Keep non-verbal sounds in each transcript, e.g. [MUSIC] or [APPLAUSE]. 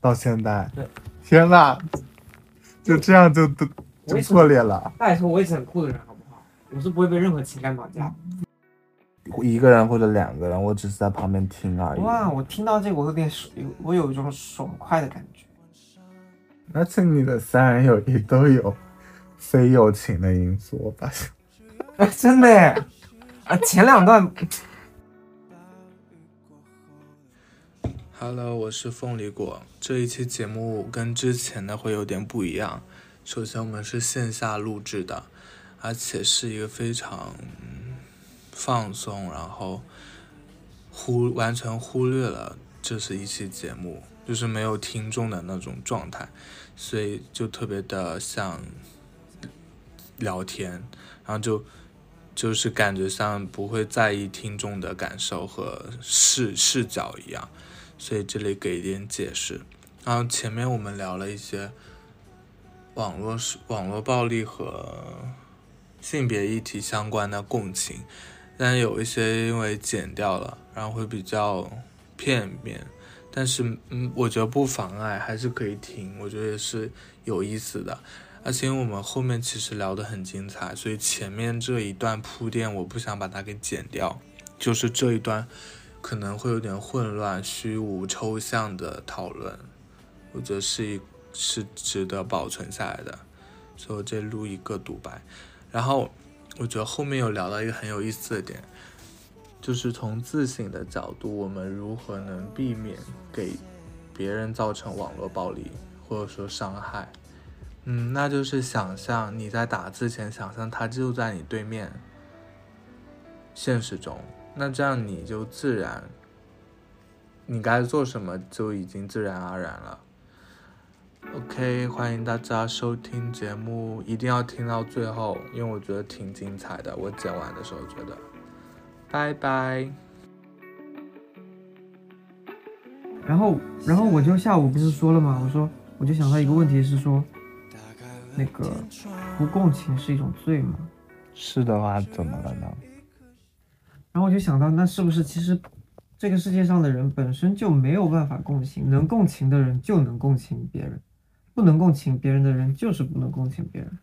到现在对，天呐，就这样就都我就也是破裂了。拜托，我也是很酷的人，好不好？我是不会被任何情感绑架。一个人或者两个人，我只是在旁边听而已。哇，哦我听到这个，我有点爽，有我有一种爽快的感觉。而且你的三人友谊都有非友情的因素，我发现。哎， [LAUGHS] 真的哎，啊，前两段 Hello，我是凤梨果。这一期节目跟之前的会有点不一样。首先，我们是线下录制的，而且是一个非常嗯放松，然后忽完全忽略了这是一期节目，就是没有听众的那种状态，所以就特别的像聊天，然后就就是感觉像不会在意听众的感受和视视角一样。所以这里给一点解释。然后前面我们聊了一些网络是网络暴力和性别议题相关的共情，但有一些因为剪掉了，然后会比较片面。但是，嗯，我觉得不妨碍，还是可以听，我觉得也是有意思的。而且因啊为我们后面其实聊得很精彩，所以前面这一段铺垫我不想把它给剪掉，就是这一段可能会有点混乱、虚无、抽象的讨论，我觉得是一是值得保存下来的，所以我这录一个独白。然后我觉得后面有聊到一个很有意思的点，就是从自省的角度，我们如何能避免给别人造成网络暴力或者说伤害。嗯，那就是想象你在打字前，想象他就在你对面，现实中，那这样你就自然，你该做什么就已经自然而然了。OK，欢迎大家收听节目，一定要听到最后，因为我觉得挺精彩的。我剪完的时候觉得，拜拜。 [LAUGHS] 然后，然后我就下午不是说了吗？我说，我就想到一个问题是说，那个不共情是一种罪吗？是的话，怎么了呢？然后我就想到，那是不是其实这个世界上的人本身就没有办法共情？能共情的人就能共情别人，不能共情别人的人就是不能共情别人。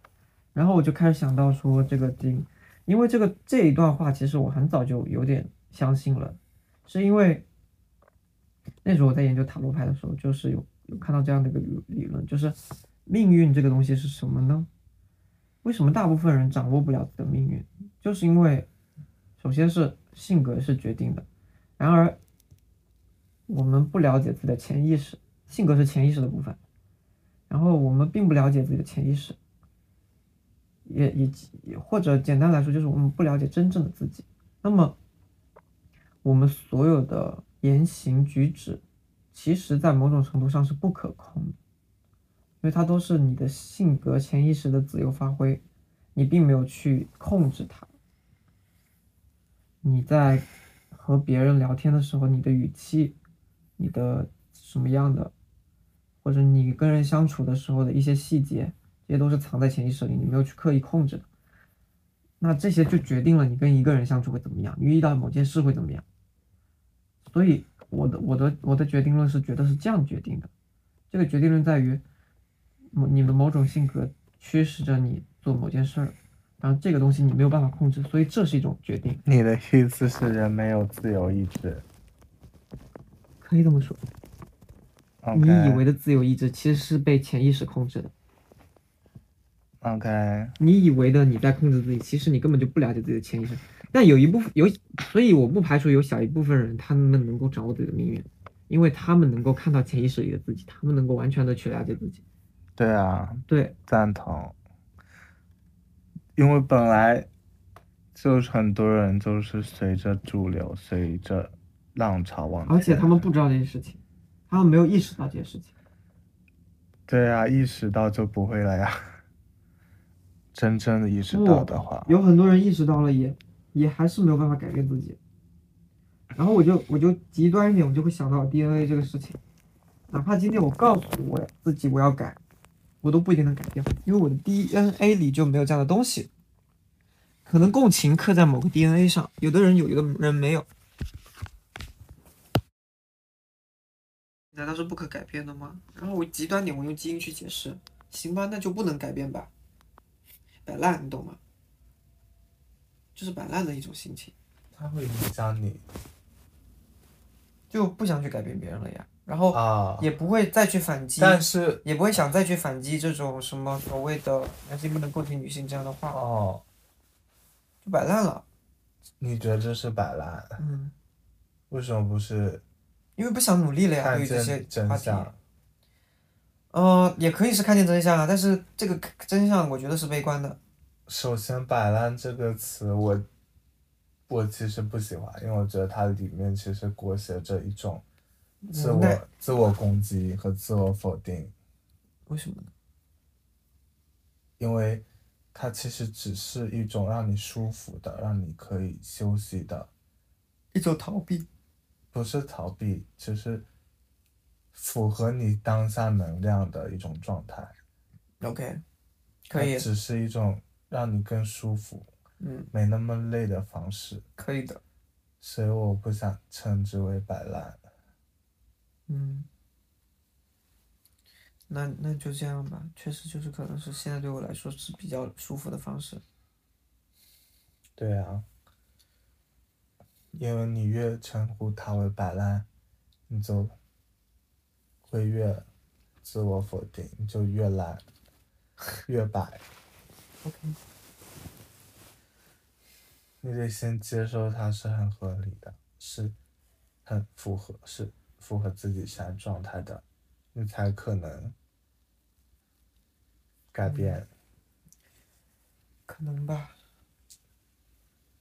然后我就开始想到说这个丁，因为这个这一段话，其实我很早就有点相信了，是因为那时候我在研究塔罗牌的时候，就是有有看到这样的一个理理论，就是命运这个东西是什么呢？为什么大部分人掌握不了自己的命运？就是因为首先是性格是决定的，然而我们不了解自己的潜意识，性格是潜意识的部分，然后我们并不了解自己的潜意识，也以及也或者简单来说就是我们不了解真正的自己。那么我们所有的言行举止，其实在某种程度上是不可控的，因为它都是你的性格潜意识的自由发挥，你并没有去控制它。你在和别人聊天的时候，你的语气，你的什么样的，或者你跟人相处的时候的一些细节，这些都是藏在潜意识里，你没有去刻意控制的。那这些就决定了你跟一个人相处会怎么样，你遇到某件事会怎么样。所以我的我的我的决定论是觉得是这样决定的，这个决定论在于某你的某种性格驱使着你做某件事儿，然后这个东西你没有办法控制，所以这是一种决定。你的意思是人没有自由意志可以这么说。 ？OK，你以为的自由意志其实是被潜意识控制的。 OK，你以为的你在控制自己，其实你根本就不了解自己的潜意识。但有一部分有，所以我不排除有小一部分人，他们能够掌握自己的命运，因为他们能够看到潜意识里的自己，他们能够完全的去了解自己。对啊，对，赞同。因为本来就是很多人就是随着主流，随着浪潮往前。而且他们不知道这些事情，他们没有意识到这些事情。对啊，意识到就不会了呀。 [LAUGHS] 真正的意识到的话，有很多人意识到了也，也还是没有办法改变自己。然后我就我就极端一点，我就会想到 DNA 这个事情，哪怕今天我告诉我自己我要改，我都不一定能改掉，因为我的 DNA 里就没有这样的东西。可能共情刻在某个 DNA 上，有的人有，有的人没有。来到它是不可改变的吗？然后我极端点，我用基因去解释，行吧，那就不能改变吧，摆烂，你懂吗？就是摆烂的一种心情，它会影响你就不想去改变别人了呀，然后啊。也不会再去反击，但是也不会想再去反击这种什么所谓的男性不能共情女性这样的话，哦，就摆烂了。你觉得这是摆烂？嗯，为什么不是因为不想努力了呀，看对于这些见真话题。相？呃，也可以是看见真相啊，但是这个真相我觉得是悲观的。首先，“摆烂”这个词我，我其实不喜欢，因为我觉得它里面其实裹挟着一种自无我、奈自我攻击和自我否定，为什么呢？因为它其实只是一种让你舒服的、让你可以休息的，一种逃避。不是逃避，只是符合你当下能量的一种状态。 OK，可以它，只是一种让你更舒服、嗯，没那么累的方式，可以的，所以我不想称之为摆烂。嗯。那那就这样吧，确实就是可能是现在对我来说是比较舒服的方式。对啊，因为你越称呼他为摆烂，你就会越自我否定，你就越懒，越摆。 OK，你得先接受它是很合理的，是很符合，是符合自己现在状态的，你才可能改嗯变。可能吧，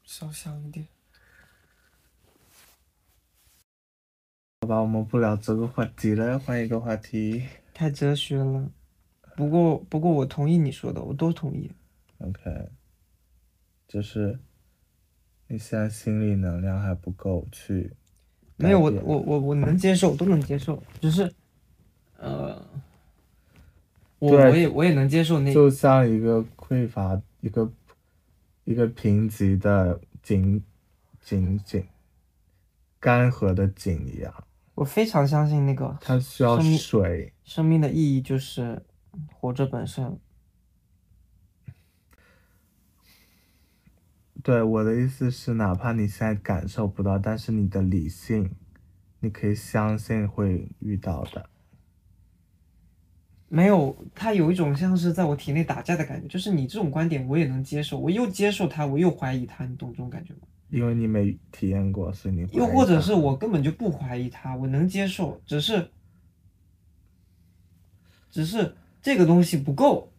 少想一点。好吧，我们不聊这个话题了，换一个话题。太哲学了，不过不过我同意你说的，我都同意。 OK，就是你现在心理能量还不够去改变，没有我我我我能接受，我都能接受，只是，呃，我对我也我也能接受那就像一个匮乏、一个一个贫瘠的井井井干涸的井一样，我非常相信那个它需要生命水。生命的意义就是活着本身。对，我的意思是，哪怕你现在感受不到，但是你的理性，你可以相信会遇到的。没有，它有一种像是在我体内打架的感觉，就是你这种观点我也能接受，我又接受它，我又怀疑它，你懂这种感觉吗？因为你没体验过，所以你又怀疑或者它是我根本就不怀疑它，我能接受，只是，只是这个东西不够，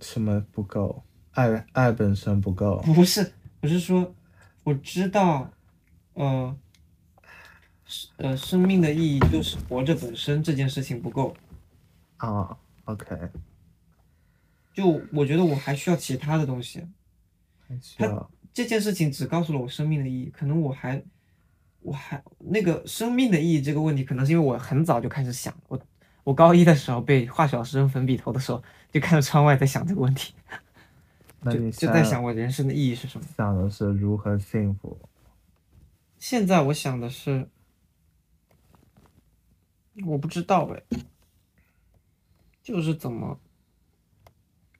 什么不够，爱爱本身不够，不是，我是说，我知道，呃，是呃，生命的意义就是活着本身这件事情不够，啊，OK，就我觉得我还需要其他的东西。还需要这件事情只告诉了我生命的意义，可能我还，我还那个生命的意义这个问题，可能是因为我很早就开始想，我我高一的时候被化学老师扔粉笔头的时候，就看着窗外在想这个问题，那就你就现在想我人生的意义是什么。想的是如何幸福，现在我想的是，我不知道哎，就是怎么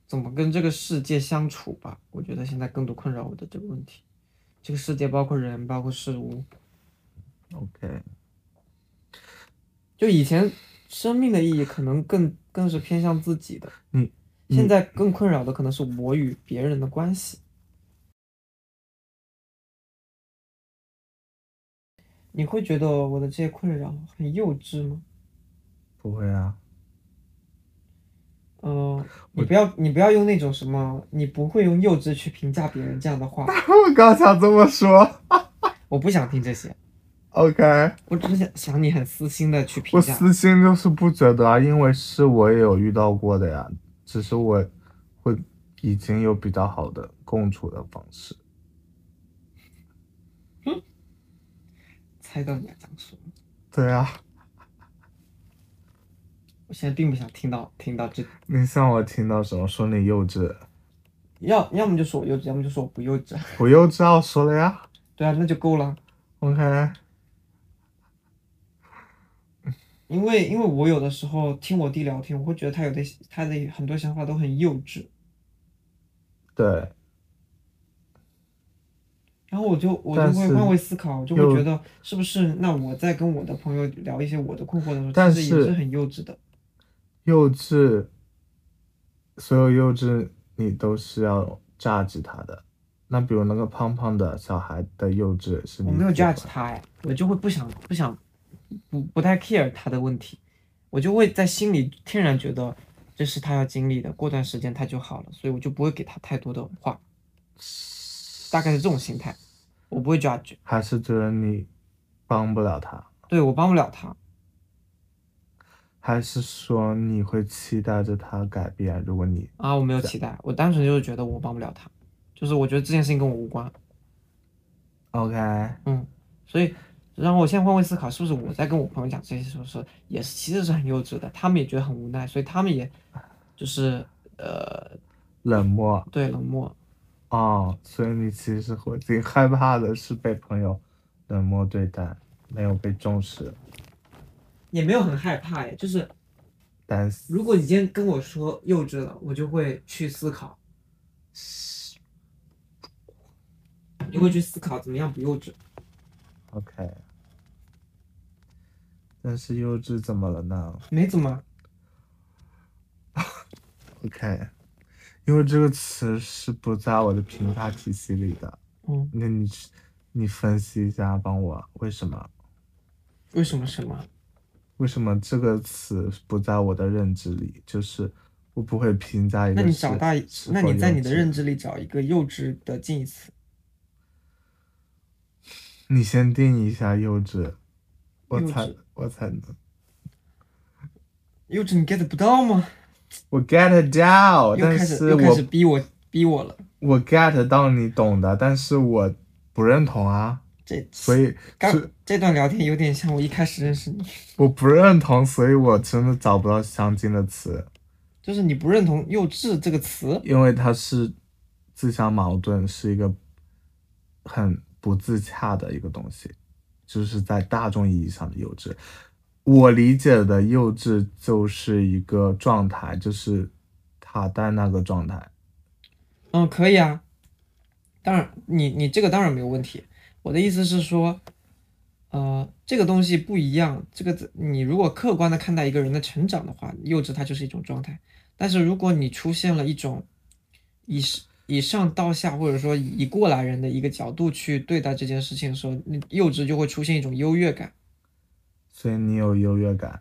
怎么跟这个世界相处吧。我觉得现在更多困扰我的这个问题，这个世界包括人，包括事物。 OK，就以前生命的意义可能更更是偏向自己的，嗯，现在更困扰的可能是我与别人的关系。你会觉得我的这些困扰很幼稚吗？不会啊，嗯、你我不要你不要用那种什么，你不会用幼稚去评价别人这样的 [LAUGHS] 话，我刚想这么说我不想听这些， ，OK，我只是想想你很私心的去评我价。私心就是不觉得啊，因为是我也有遇到过的呀，只是我会已经有比较好的共处的方式，猜到你要讲什么，对啊，我现在并不想听到听到这你像我听到什么说你幼稚，要要么就说我幼稚，要么就说我不幼稚。我幼稚啊，我说了呀对啊，那就够了。 ，OK，因为因为我有的时候听我弟聊天，我会觉得他有的他的很多想法都很幼稚，对，然后我就我但就是会换位思考，我就会又觉得是不是那我在跟我的朋友聊一些我的困惑的时候，但其实也是是很幼稚的。幼稚，所有幼稚你都是要榨制他的。那比如那个胖胖的小孩的幼稚是你我没有喜欢 judge 他哎，我就会不想不想不不太 care 他的问题，我就会在心里天然觉得这是他要经历的，过段时间他就好了，所以我就不会给他太多的话，大概是这种心态，我不会 judge，还是觉得你帮不了他，对我帮不了他，还是说你会期待着他改变？如果你啊，我没有期待，我单纯就是觉得我帮不了他，就是我觉得这件事情跟我无关， OK，嗯，所以，然后我现在换位思考，是不是我在跟我朋友讲这些时候是也是其实是很幼稚的，他们也觉得很无奈，所以他们 [LAUGHS] 也就是呃冷漠对冷漠，哦，所以你其实会最害怕的是被朋友冷漠对待，没有被重视，也没有很害怕耶，就是但是如果你今天跟我说幼稚了，我就会去思考，你会去思考怎么样不幼稚。 OK，但是幼稚怎么了呢？没怎么， OK，因为这个词是不在我的评价体系里的。嗯，那你去你分析一下，帮我为什么为什么什么？为什么这个词不在我的认知里？就是我不会评价一个那是。你找到，是那否你在幼你的稚认，知里找一个幼稚的近义词。你先定义一下幼稚，我幼才稚我才能幼稚你 get 不到吗？我 get 到，又但开始是又开我始逼我逼我了，我 get 到你懂的，但是我不认同啊，这所以刚是这段聊天有点像我一开始认识你，我不认同，所以我真的找不到相近的词。就是你不认同“幼稚”这个词，因为他是自相矛盾，是一个很不自洽的一个东西，就是在大众意义上的幼稚。我理解的幼稚就是一个状态，就是他在那个状态。嗯，可以啊。当然，你你这个当然没有问题。我的意思是说，呃，这个东西不一样。这个你如果客观的看待一个人的成长的话，幼稚它就是一种状态。但是如果你出现了一种以是以上到下，或者说以过来人的一个角度去对待这件事情的时候，你幼稚就会出现一种优越感。所以你有优越感，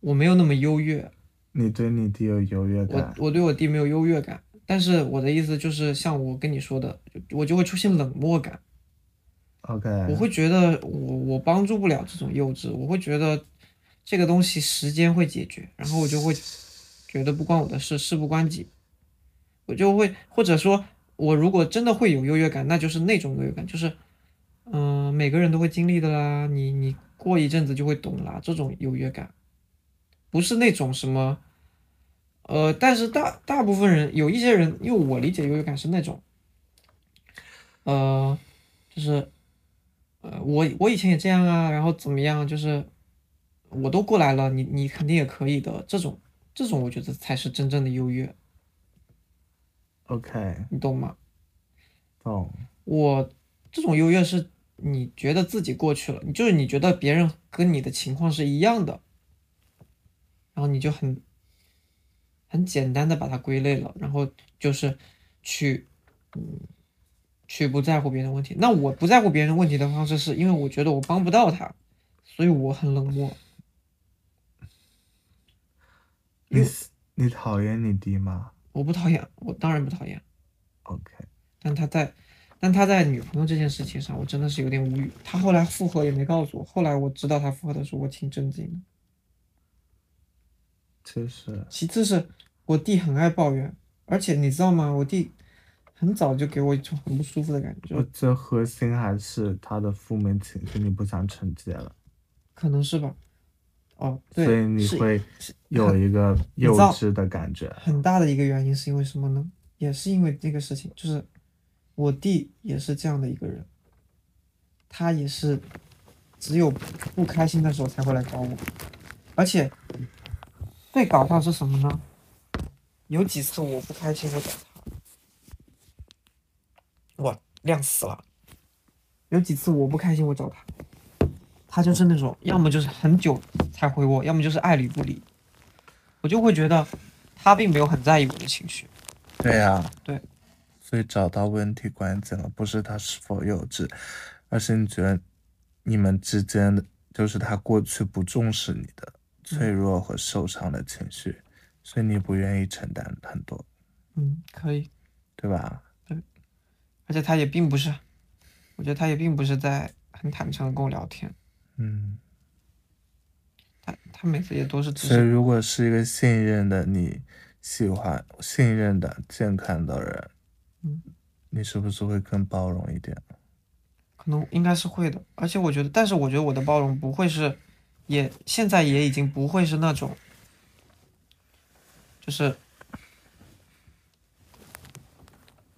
我没有那么优越，你对你弟有优越我感，我对我弟没有优越感，但是我的意思就是，像我跟你说的，我就会出现冷漠感。 OK，我会觉得我我帮助不了这种幼稚，我会觉得这个东西时间会解决，然后我就会觉得不关我的事，事不关己，我就会或者说，我如果真的会有优越感，那就是那种优越感，就是嗯、呃每个人都会经历的啦，你你过一阵子就会懂啦，这种优越感，不是那种什么。呃，但是大大部分人有一些人，因为我理解优越感是那种，呃，就是呃，我我以前也这样啊，然后怎么样，就是我都过来了，你你肯定也可以的，这种这种我觉得才是真正的优越， OK，你懂吗？懂。我这种优越是你觉得自己过去了，就是你觉得别人跟你的情况是一样的，然后你就很很简单的把它归类了，然后就是去嗯去不在乎别人的问题。那我不在乎别人的问题的方式，是因为我觉得我帮不到他，所以我很冷漠。你因为是你讨厌你弟吗我不讨厌，我当然不讨厌， ？OK，但他在，但他在女朋友这件事情上，我真的是有点无语。他后来复合也没告诉我，后来我知道他复合的时候，我挺震惊的。确实，其次是我弟很爱抱怨，而且你知道吗？我弟很早就给我一种很不舒服的感觉，我最核心还是他的负面情绪，你不想承接了。可能是吧。哦，对，所以你是会是有一个幼稚的感觉。很大的一个原因是因为什么呢？也是因为这个事情，就是我弟也是这样的一个人，他也是只有不开心的时候才会来找我，而且最搞笑是什么呢？有几次我不开心，我讲他，我亮死了。有几次我不开心，我找他，他就是那种要么就是很久才回我，要么就是爱理不理，我就会觉得他并没有很在意我的情绪。对呀、对。所以找到问题关键了，不是他是否幼稚，而是你觉得你们之间的，就是他过去不重视你的嗯脆弱和受伤的情绪，所以你不愿意承担很多，嗯，可以。对吧？而且他也并不是，我觉得他也并不是在很坦诚的跟我聊天，嗯。他他每次也都是只所以，是如果是一个信任的你喜欢、信任的健康的人，嗯，你是不是会更包容一点？可能应该是会的，而且我觉得，但是我觉得我的包容不会是，也现在也已经不会是那种，就是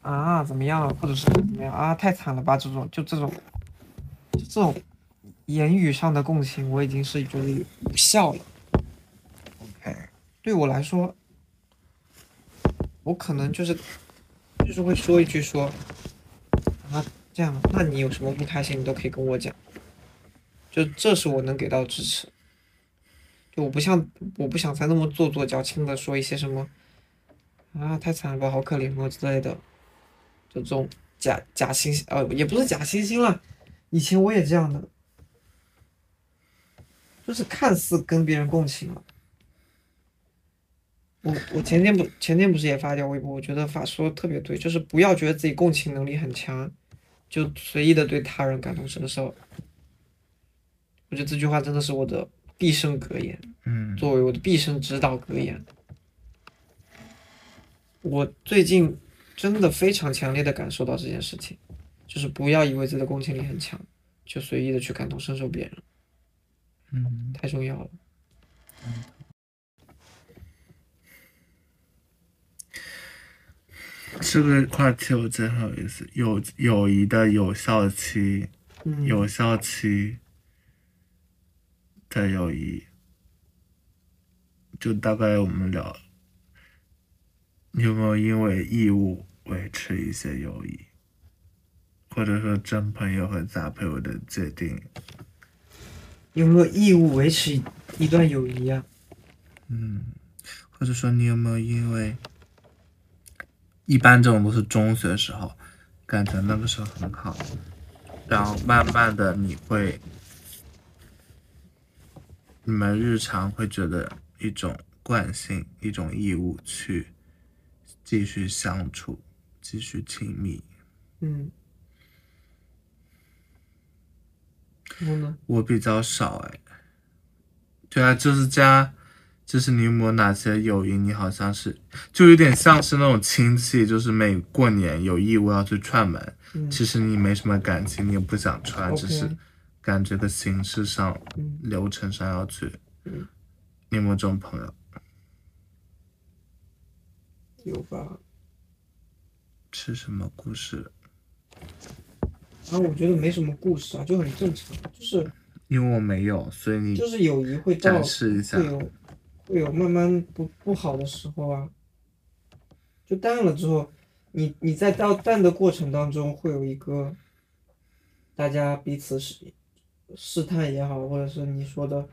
啊怎么样了，或者是怎么样啊太惨了吧这种，就这种，就这种言语上的共情，我已经是觉得无效了。 OK，对我来说，我可能就是就是会说一句说啊这样，那你有什么不开心，你都可以跟我讲，就这是我能给到的支持。就我不像我不想再那么做作矫情的说一些什么啊太惨了吧，好可怜哦之类的，就这种假假惺惺呃也不是假惺惺了，以前我也这样的，就是看似跟别人共情了。我我前天不前天不是也发条微博，我觉得法说的特别对，就是不要觉得自己共情能力很强，就随意的对他人感同身受。我觉得这句话真的是我的毕生格言，嗯，作为我的毕生指导格言。我最近真的非常强烈的感受到这件事情，就是不要以为自己的共情力很强，就随意的去感同身受别人，嗯，太重要了。这个话题我觉得很有意思。友友谊的有效期，嗯，有效期的友谊，就大概我们聊，你有没有因为义务维持一些友谊，或者说真朋友和假朋友的界定？有没有义务维持一段友谊啊？嗯，或者说你有没有因为，一般这种都是中学时候，感觉那个时候很好，然后慢慢的你会，你们日常会觉得一种惯性，一种义务去继续相处，继续亲密。嗯，然后呢？我比较少哎，对啊，就是加，就是你有没有哪些友谊，你好像是就有点像是那种亲戚，就是每过年有义务要去串门，嗯其实你没什么感情，你也不想串， OK 只是感觉个形式上、嗯流程上要去。嗯你有没有这种朋友？有吧？是什么故事？然后我觉得没什么故事啊，就很正常，就是因为我没有，所以你就是友谊会到展示一下会。有会有慢慢不不好的时候啊，就淡了之后，你你在到淡的过程当中会有一个大家彼此试试探也好，或者是你说的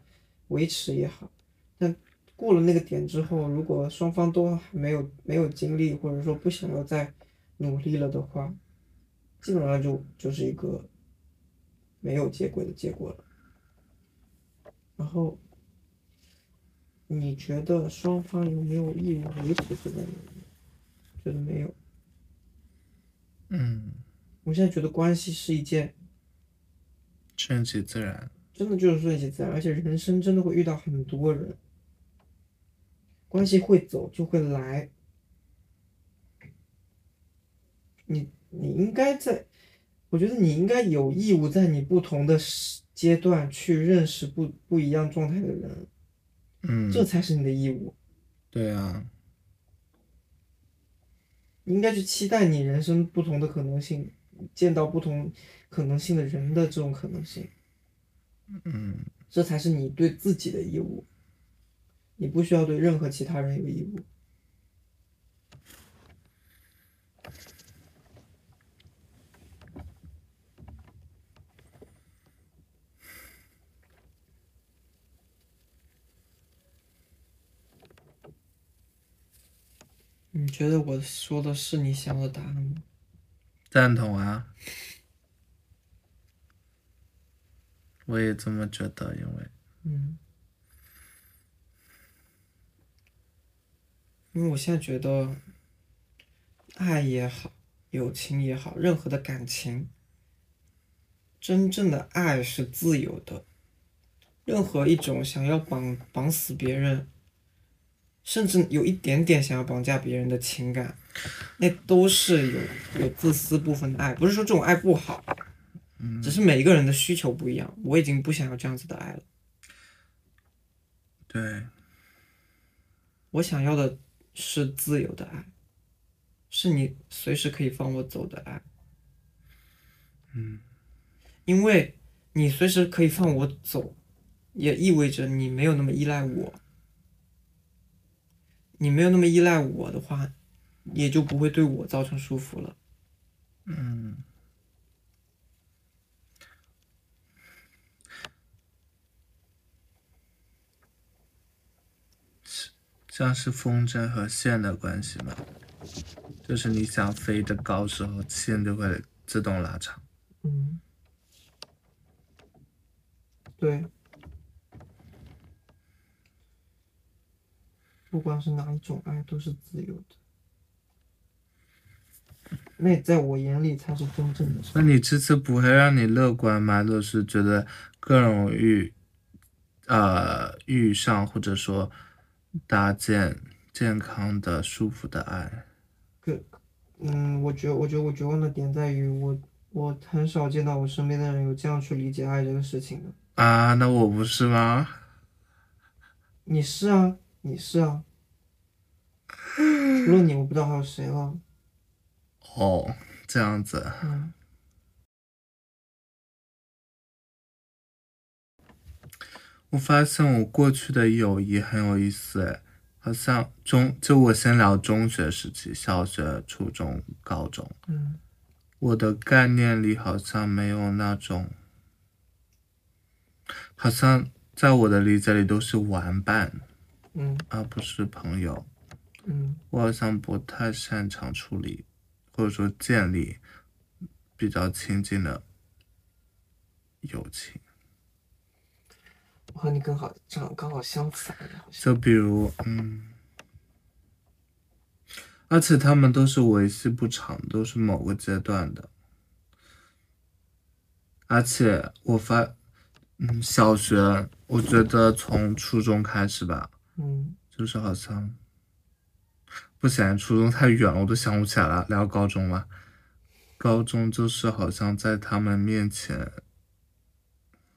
维持也好，但过了那个点之后，如果双方都还没有没有精力，或者说不想要再努力了的话，基本上就就是一个没有结果的结果了。然后你觉得双方有没有义务维持这段友谊？觉得没有。嗯，我现在觉得关系是一件顺其自然。真的就是顺其自然，而且人生真的会遇到很多人，关系会走就会来。你你应该在，我觉得你应该有义务在你不同的时阶段去认识不不一样状态的人，嗯，这才是你的义务。对啊，你应该去期待你人生不同的可能性，见到不同可能性的人的这种可能性，嗯这才是你对自己的义务。你不需要对任何其他人有义务。你觉得我说的是你想要的答案吗？赞同啊，我也这么觉得，因为嗯，因为我现在觉得，爱也好，友情也好，任何的感情，真正的爱是自由的。任何一种想要绑绑死别人，甚至有一点点想要绑架别人的情感，那都是有有自私部分的爱。不是说这种爱不好，只是每一个人的需求不一样。我已经不想要这样子的爱了。对，我想要的是自由的爱，是你随时可以放我走的爱。嗯，因为你随时可以放我走，也意味着你没有那么依赖我。你没有那么依赖我的话，也就不会对我造成束缚了。像是风筝和线的关系嘛，就是你想飞得高时候，线就会自动拉长。嗯，对。不管是哪一种爱，都是自由的。那在我眼里才是真正的那你这次不会让你乐观吗？就是觉得更容易，呃，遇上或者说搭建健康的、舒服的爱。嗯，我觉我觉得我绝望的点在于我，我很少见到我身边的人有这样去理解爱这个事情的。啊，那我不是吗？你是啊，你是啊，除了你，我不知道还有谁了。哦，这样子，嗯，我发现我过去的友谊很有意思诶，好像中就我先聊中学时期，小学、初中、高中，嗯，我的概念里好像没有那种，好像在我的理解里都是玩伴，嗯，而不是朋友。嗯，我好像不太擅长处理，或者说建立比较亲近的友情。我和你刚好正刚好相反，好像。就比如，嗯，而且他们都是维系不长，都是某个阶段的。而且我发，嗯，小学，我觉得从初中开始吧，嗯，就是好像不行，初中太远了，我都想不起来了。聊高中吧，高中就是好像在他们面前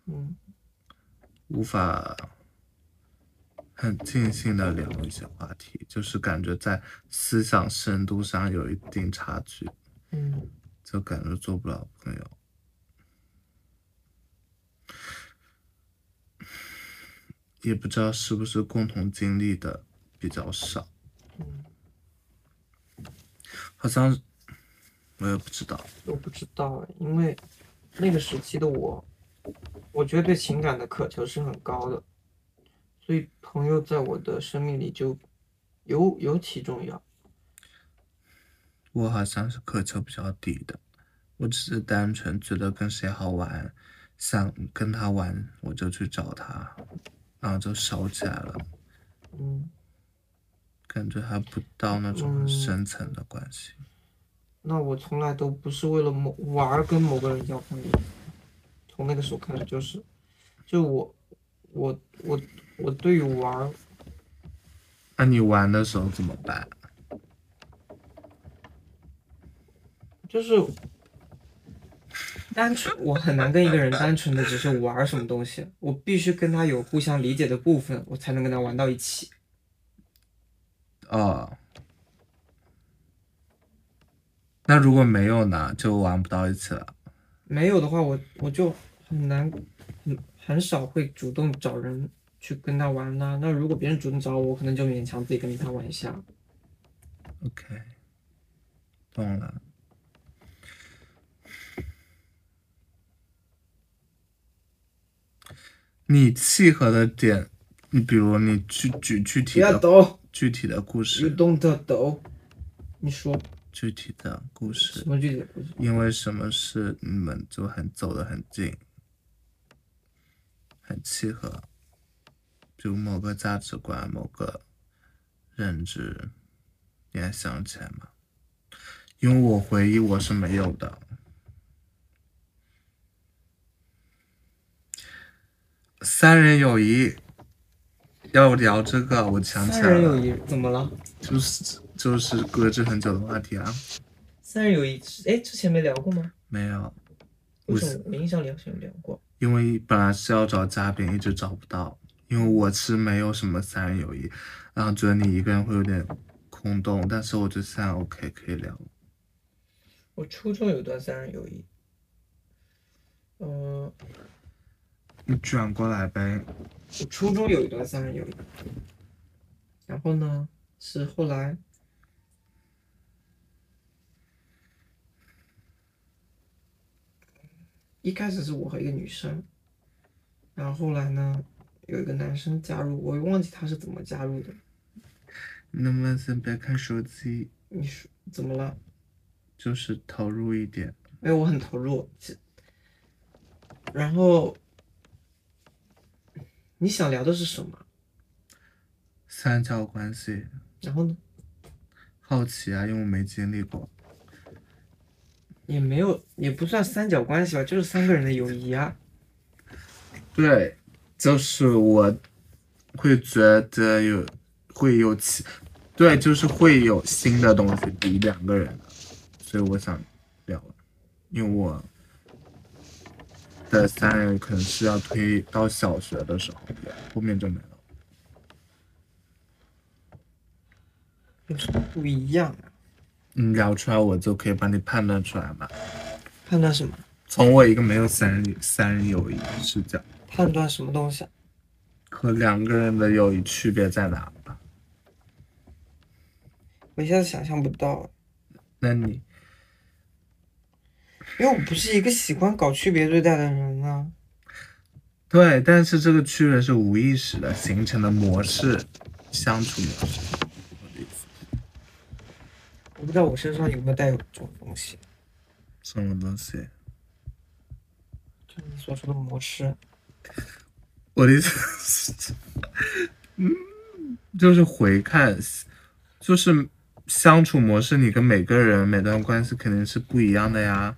嗯，无法很尽兴的聊一些话题，就是感觉在思想深度上有一定差距，嗯，就感觉做不了朋友。也不知道是不是共同经历的比较少。嗯，好像是我也不知道。我不知道，因为那个时期的我，我觉得对情感的渴求是很高的，所以朋友在我的生命里就尤尤其重要。我好像是渴求比较低的，我只是单纯觉得跟谁好玩，想跟他玩，我就去找他，然后就熟起来了，嗯。感觉还不到那种很深层的关系。那我从来都不是为了某玩儿跟某个人交朋友，从那个时候开始就是，就我，我我我对于玩儿，那你玩的时候怎么办？就是单纯，我很难跟一个人单纯的只是玩儿什么东西，我必须跟他有互相理解的部分，我才能跟他玩到一起。哦，啊那如果没有呢，就玩不到一起了。嗯没有的话，我我就很难，很很少会主动找人去跟他玩呐、那如果别人主动找我，我可能就勉强自己跟他玩一下。 OK，懂了。你契合的点，你比如你具举具不体要的抖具体的故，you 事， don't 抖。你说具体的故事什，么具体的故事？因为什么事你们就很走得很近，很契合，就某个价值观、某个认知，你还想起来吗？因为我回忆我是没有的，三人友谊要聊这个，我想起三来人友了，谊怎么了？就是就是搁置很久的话题啊，三人友谊是，哎，之前没聊过吗？没有。我为什是么我印象里好像有聊过？因为本来是要找嘉宾，一直找不到，因为我是没有什么三人友谊，然后觉得你一个人会有点空洞，但是我觉得现在 OK 可以聊。我初中有段三人友谊，嗯、你转过来呗，我初中有一段三人友谊，然后呢是后来，一开始是我和一个女生，然后后来呢有一个男生加入，我也忘记他是怎么加入的。能不能先别看手机，你说怎么了？就是投入一点。没有，我很投入。其然后你想聊的是什么？三角关系，然后呢？好奇啊，因为我没经历过。也没有，也不算三角关系吧，就是三个人的友谊啊。对，就是我会觉得有会有其，对，就是会有新的东西比两个人，所以我想聊，因为我的三人可能是要推到小学的时候，后面就没了。有什么不一样啊？你聊出来，我就可以帮你判断出来嘛。判断什么？从我一个没有三人三人友谊视角，判断什么东西啊？和两个人的友谊区别在哪吧？我一下子想象不到，啊那你因为我不是一个喜欢搞区别对待的人啊。对，但是这个区别是无意识的形成的模式，相处模式。我的意思我不知道我身上有没有带有这种东西，什么东西？就是你所说的模式。我的意思是，嗯，就是回看，就是相处模式，你跟每个人每段关系肯定是不一样的呀，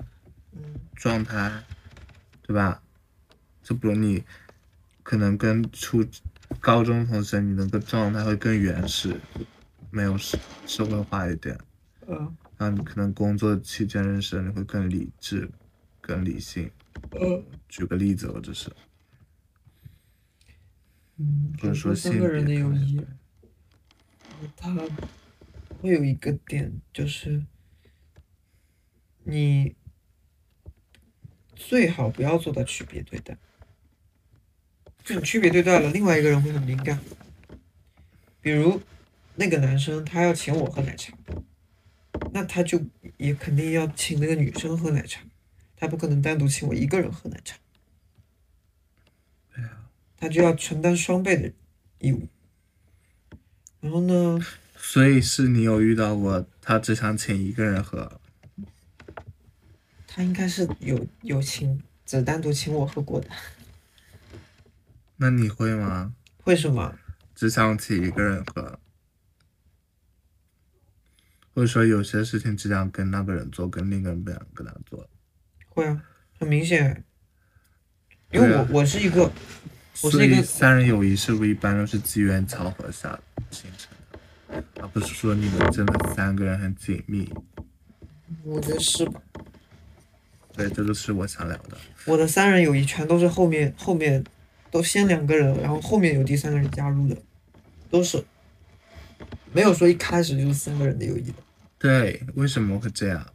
嗯，状态，对吧？就比如你可能跟初高中同学，你那个状态会更原始，没有社社会化一点。呃那你可能工作期间认识的人会更理智、更理性。呃，举个例子，我只是嗯，或者说性三个人的别友可能谊对，它会有一个点，就是你最好不要做到区别对待。就你区别对待了，另外一个人会很敏感。比如那个男生他要请我喝奶茶，那他就也肯定要请那个女生喝奶茶，他不可能单独请我一个人喝奶茶。他就要承担双倍的义务。然后呢，所以是你有遇到过他只想请一个人喝，他应该是有有请，只单独请我喝过的。那你会吗？为什么？只想请一个人喝，或者说有些事情只想跟那个人做，跟另一个人不想跟他做。会啊，很明显。因为对我、啊我是一个，我所是一个以三人友谊是不是一般都是机缘巧合下形成的，而不是说你们真的三个人很紧密？我觉得是吧？对，这个是我想聊的。我的三人友谊全都是后面后面都先两个人，然后后面有第三个人加入的，都是没有说一开始就是三个人的友谊的。对，为什么会这样？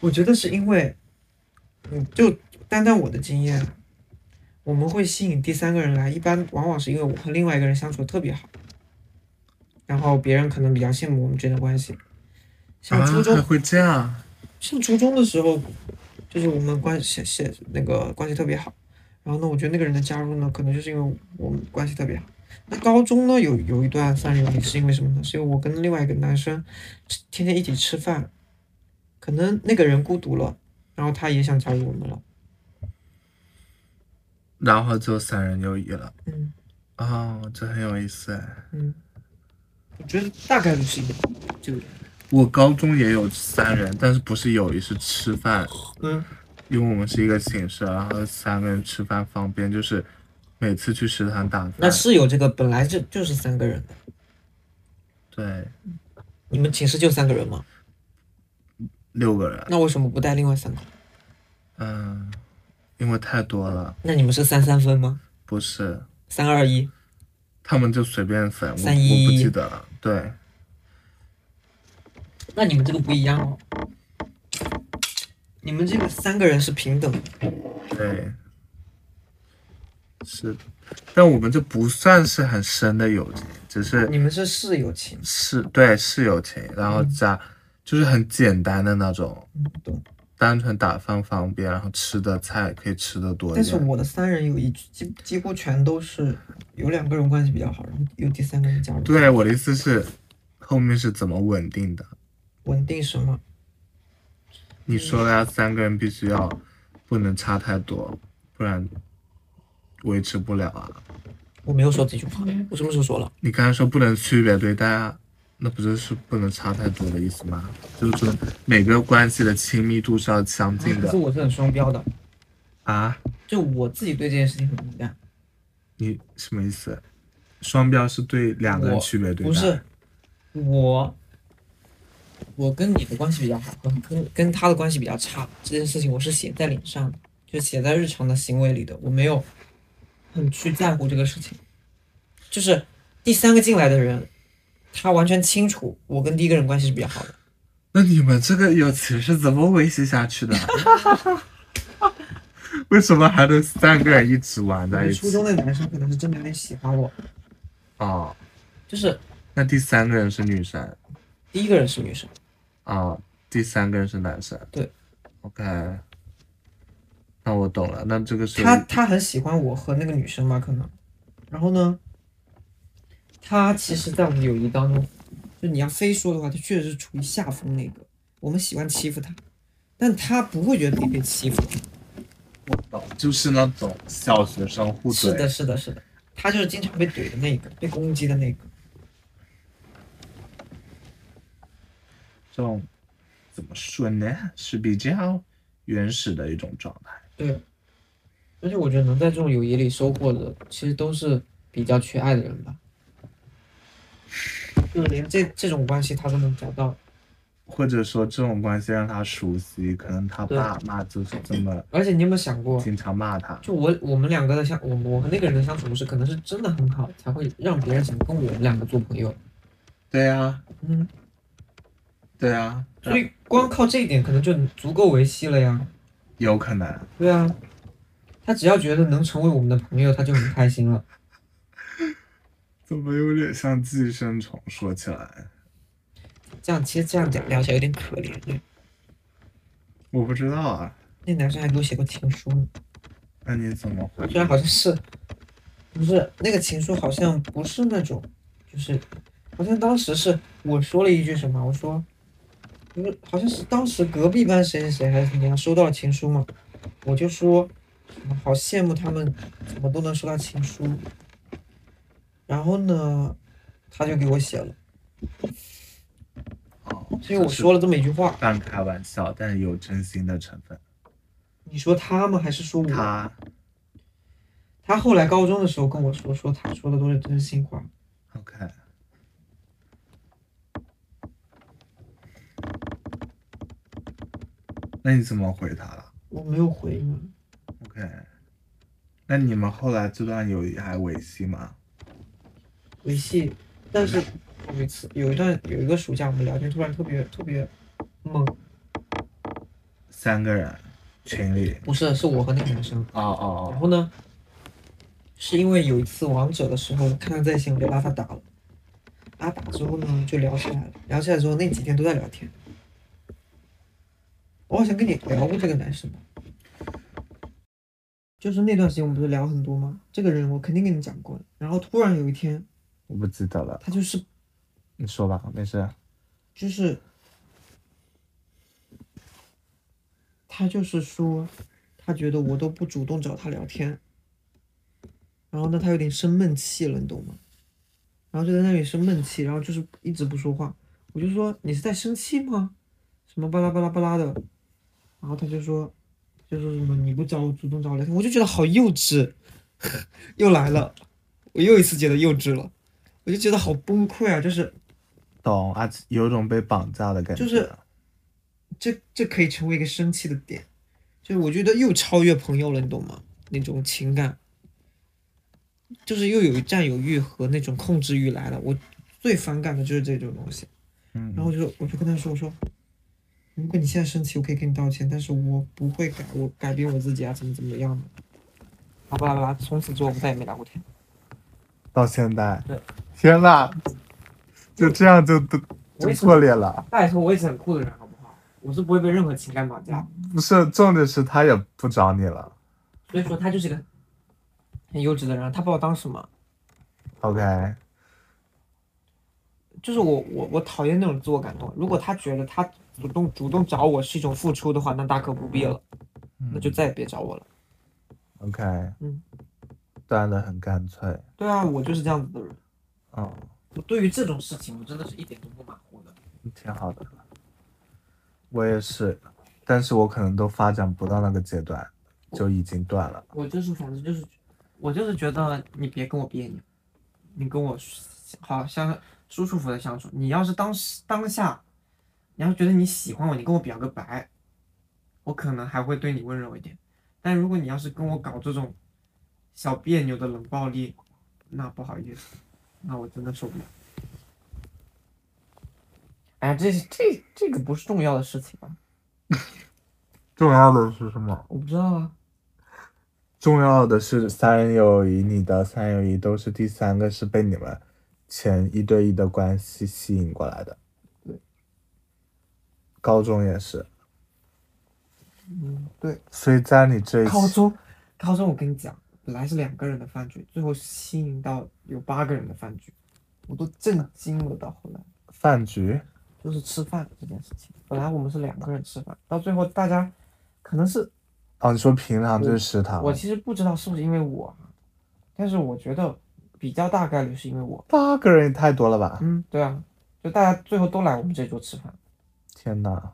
我觉得是因为，嗯，就单单我的经验，我们会吸引第三个人来，一般往往是因为我和另外一个人相处得特别好，然后别人可能比较羡慕我们之间的关系。啊像初中啊还会这样？上初中的时候，就是我们关系是是那个关系特别好，然后呢，我觉得那个人的加入呢，可能就是因为我们关系特别好。那高中呢，有有一段算是友谊，是因为什么呢？是因为我跟另外一个男生吃天天一起吃饭，可能那个人孤独了，然后他也想加入我们了。然后就三人友谊了。嗯哦，这很有意思哎。嗯，我觉得大概率是一个这个人。我高中也有三人，但是不是友谊，是吃饭。嗯因为我们是一个寝室，然后三个人吃饭方便，就是每次去食堂打那饭。室友这个本来就就是三个人的，对，你们寝室就三个人吗？六个人。那为什么不带另外三个？嗯，因为太多了，那你们是三三分吗？不是三二一，他们就随便分，我三一我不记得了。对，那你们这个不一样哦。你们这个三个人是平等的，对，是，但我们这不算是很深的友情，只是你们是室友情，是对是友情，然后加、就是很简单的那种，嗯，懂。单纯打饭方便，然后吃的菜可以吃的多一但是点。我的三人友谊几几乎全都是有两个人关系比较好，然后有第三个人加入。，对，我的意思是，后面是怎么稳定的？稳定什么？你说了呀，三个人必须要不能差太多，不然维持不了啊。我没有说这句话，我什么时候说了？你刚才说不能区别对待啊，那不就是不能差太多的意思吗？就是说每个关系的亲密度是要相近哎可是的我是很双标的，啊？就我自己对这件事情很敏感。你什么意思？双标是对两个人我区别对待，不是，我我跟你的关系比较好，跟跟跟他的关系比较差，这件事情我是写在脸上的，就写在日常的行为里的，我没有很去在乎这个事情。就是第三个进来的人，他完全清楚我跟第一个人关系是比较好的，那你们这个友情是怎么维系下去的？啊 [LAUGHS] 为什么还能三个人一直玩在一初起？中的男生可能是真的有点喜欢我，哦，就是那第三个人是女生第一个人是女生，啊、哦第三个人是男生。对，OK，那我懂了。那这个是他他很喜欢我和那个女生吧，可能。然后呢，他其实，在我们友谊当中，就你要非说的话，他确实是处于下风那个。我们喜欢欺负他，但他不会觉得自己被欺负。我懂，就是那种小学生互怼。是的，是的，是的，他就是经常被怼的那个，被攻击的那个。这种怎么说呢？是比较原始的一种状态。对，而且我觉得能在这种友谊里收获的，其实都是比较缺爱的人吧。就连这这种关系，他都能找到，或者说这种关系让他熟悉，可能他对爸妈就是这么而且你有没有想过，经常骂他。就我我们两个的相，我我和那个人的相处模式，可能是真的很好，才会让别人想跟我们两个做朋友。对啊，嗯，对啊，所以光靠这一点，可能就足够维系了呀。有可能。对啊，他只要觉得能成为我们的朋友，他就很开心了。怎么有点像寄生虫？说起来，这样其实这样讲聊起来有点可怜。对，我不知道啊。那男生还给我写过情书呢，那你怎么回虽然好像是，不是那个情书，好像不是那种，就是好像当时是我说了一句什么，我说，不是，好像是当时隔壁班谁谁谁还是怎么样收到了情书嘛，我就说，什么好羡慕他们怎么都能收到情书，然后呢，他就给我写了，哦，所以我说了这么一句话，半开玩笑，但有真心的成分。你说他吗？还是说我？他他后来高中的时候跟我说，说他说的都是真心话， OK，那你怎么回他了我没有回应。啊？OK，那你们后来这段友谊还维系吗？维系，但是有一次有一段有一个暑假，我们聊天突然特别特别猛，三个人群里，不是，是我和那个男生。哦哦哦，然后呢，是因为有一次王者的时候，看他在线我就拉他打了，拉打之后呢就聊起来了，聊起来之后那几天都在聊天。我好像跟你聊过这个男生吧，就是那段时间我们不是聊很多吗？这个人我肯定跟你讲过了。然后突然有一天，我不记得了，他就是你说吧，没事。就是，他就是说，他觉得我都不主动找他聊天，然后呢，他有点生闷气了，你懂吗？然后就在那里生闷气，然后就是一直不说话。我就说你是在生气吗？什么巴拉巴拉巴拉的，然后他就说，就说什么你不找我主动找我聊天，我就觉得好幼稚， [LAUGHS] 又来了，我又一次觉得幼稚了，我就觉得好崩溃啊，就是。懂啊，有种被绑架的感觉。就是这这可以成为一个生气的点，就是我觉得又超越朋友了，你懂吗？那种情感，就是又有占有欲和那种控制欲来了。我最反感的就是这种东西。嗯，然后我就我就跟他说，我说，如果你现在生气，我可以跟你道歉，但是我不会改，我改变我自己啊，怎么怎么样的。好吧，好吧，从此之后我们再也没聊过天。到现在对，天呐，就这样就都我就也是破裂了。拜托，我也是很酷的人，好不好？我是不会被任何情感绑架的。不是，重点是他也不找你了。所以说，他就是个很幼稚的人，他把我当什么？ OK，就是我我我讨厌那种自我感动。如果他觉得他主动主动找我是一种付出的话，那大可不必了，嗯那嗯就再也别找我了。 OK，嗯，断的很干脆。对啊，我就是这样子的人。嗯，我对于这种事情，我真的是一点都不马虎的。挺好的。我也是，但是我可能都发展不到那个阶段，就已经断了。我就是反正就是，我就是觉得你别跟我别扭，你跟我好相舒舒服服的相处。你要是当时当下，你要是觉得你喜欢我，你跟我表个白，我可能还会对你温柔一点。但如果你要是跟我搞这种小别扭的冷暴力，那不好意思，那我真的受不了。哎呀，这这这个不是重要的事情吧？啊重要的是什么？我不知道啊。重要的是三人友谊，你的三人友谊都是第三个是被你们前一对一的关系吸引过来的。对，高中也是，嗯，对。所以在你这一高期中，高中我跟你讲，本来是两个人的饭局，最后吸引到有八个人的饭局，我都震惊了。到后来饭局，就是吃饭这件事情，本来我们是两个人吃饭，到最后大家可能是哦，你说平常就是食堂，我其实不知道是不是因为我啊，但是我觉得比较大概率是因为我。八个人也太多了吧？嗯，对啊，就大家最后都来我们这桌吃饭，天呐，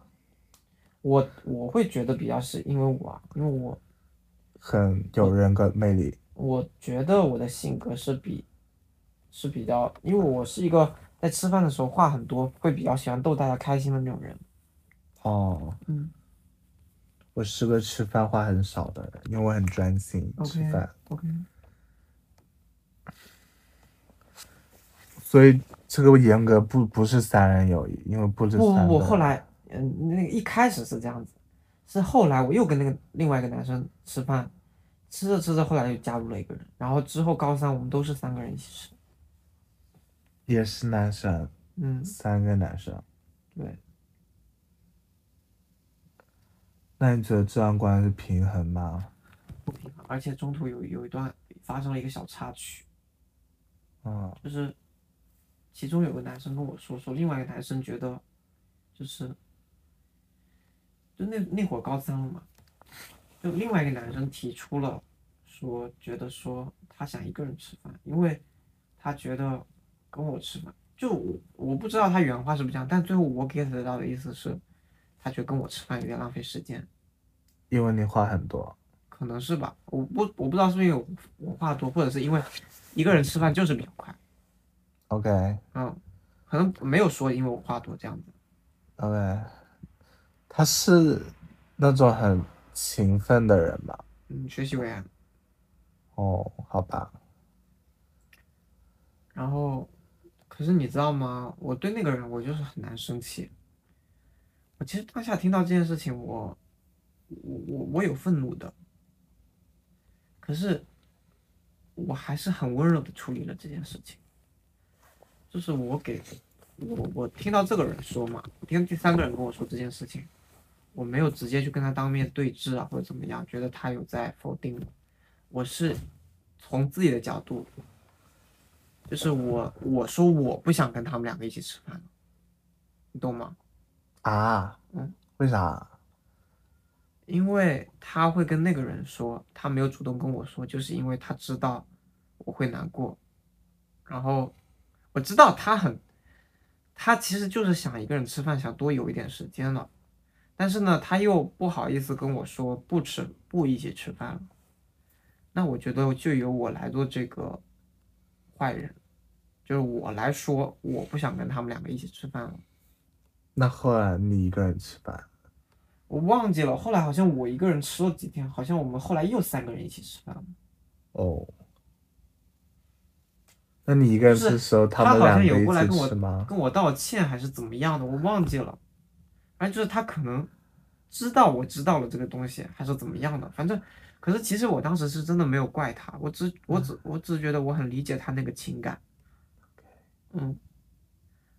我我会觉得比较是因为我啊，因为我很有人格魅力。我觉得我的性格是比是比较，因为我是一个在吃饭的时候话很多，会比较喜欢逗大家开心的那种人。哦，嗯我是个吃饭话很少的人，因为我很专心吃 OK 饭，OK，所以这个严格不不是三人友谊，因为不止不三不个不，人后来嗯，那个一开始是这样子，是后来我又跟那个另外一个男生吃饭，吃着吃着，后来又加入了一个人，然后之后高三我们都是三个人一起吃。也是男生，嗯，三个男生。对，那你觉得这段关系平衡吗？不平衡，而且中途有有一段发生了一个小插曲。嗯，就是其中有个男生跟我说，说另外一个男生觉得，就是就那那会儿高三了嘛，就另外一个男生提出了说，觉得说他想一个人吃饭，因为他觉得跟我吃饭，就我我不知道他原话是不是这样，但最后我 get 到的意思是，他觉得跟我吃饭有点浪费时间，因为你话很多，可能是吧，我不我不知道是不是因为我我话多，或者是因为一个人吃饭就是比较快。 OK 嗯，可能没有说因为我话多这样子。 OK，他是那种很勤奋的人吧？嗯，学习为安。哦，好吧，然后，可是你知道吗？我对那个人，我就是很难生气。我其实当下听到这件事情，我，我我我有愤怒的。可是，我还是很温柔的处理了这件事情。就是我给，我我听到这个人说嘛，我听第三个人跟我说这件事情，我没有直接去跟他当面对质啊或者怎么样，觉得他有在否定我，我是从自己的角度，就是我我说我不想跟他们两个一起吃饭，你懂吗？啊？嗯，为啥？因为他会跟那个人说，他没有主动跟我说，就是因为他知道我会难过，然后我知道他很，他其实就是想一个人吃饭，想多有一点时间了，但是呢，他又不好意思跟我说不吃不一起吃饭了，那我觉得就由我来做这个坏人，就是我来说我不想跟他们两个一起吃饭了。那后来你一个人吃饭，我忘记了，后来好像我一个人吃了几天，好像我们后来又三个人一起吃饭了。哦，那你一个人就是吃的时候，他们好两像有过个来一跟起我吃吗？跟我道歉还是怎么样的，我忘记了。反正就是他可能知道我知道了这个东西，还是怎么样的。反正，可是其实我当时是真的没有怪他，我只我嗯只我只是觉得我很理解他那个情感。嗯，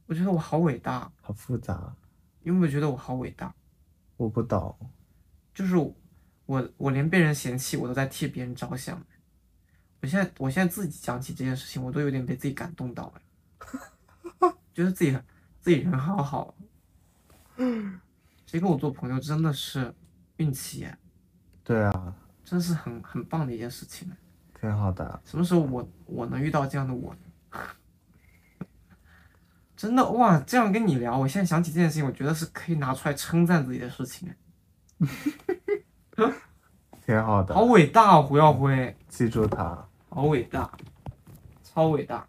我觉得我好伟大，好复杂，你有没有觉得我好伟大？我不懂。就是我我连被人嫌弃，我都在替别人着想。我现在我现在自己讲起这件事情，我都有点被自己感动到了，觉得自己自己人好好。谁跟我做朋友真的是运气耶，对啊，真是很很棒的一件事情。啊挺好的。什么时候我我能遇到这样的我呢？ [LAUGHS] 真的哇，这样跟你聊，我现在想起这件事情，我觉得是可以拿出来称赞自己的事情啊耶，挺好的好，伟大哦，胡耀辉。记住它。好伟大，超伟大。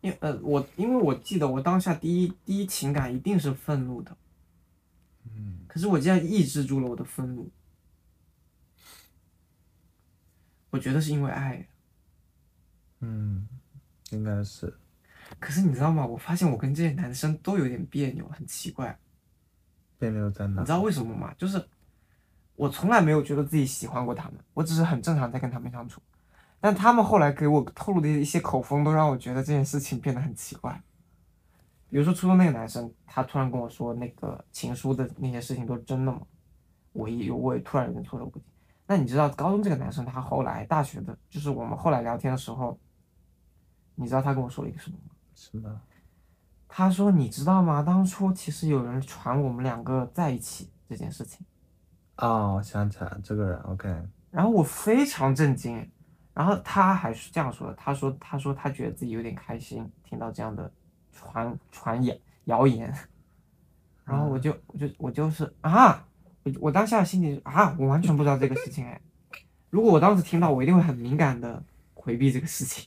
因呃，我因为我记得我当下第一第一情感一定是愤怒的，嗯，可是我竟然抑制住了我的愤怒。我觉得是因为爱，嗯，应该是。可是你知道吗？我发现我跟这些男生都有点别扭，很奇怪。别扭在哪你知？道为什么吗？就是我从来没有觉得自己喜欢过他们，我只是很正常在跟他们相处。但他们后来给我透露的一些口风，都让我觉得这件事情变得很奇怪。比如说初中那个男生，他突然跟我说那个情书的那些事情都是真的吗？我一我也突然认错了我。那你知道高中这个男生，他后来大学的，就是我们后来聊天的时候，你知道他跟我说了一个什么吗？什么？他说：“你知道吗？当初其实有人传我们两个在一起这件事情。”哦，我想起来了这个人，OK，然后我非常震惊，然后他还是这样说的，他说他说他觉得自己有点开心，听到这样的传传言谣言，然后我就我就我就是啊，我我当下心里就啊，我完全不知道这个事情哎，如果我当时听到，我一定会很敏感的回避这个事情。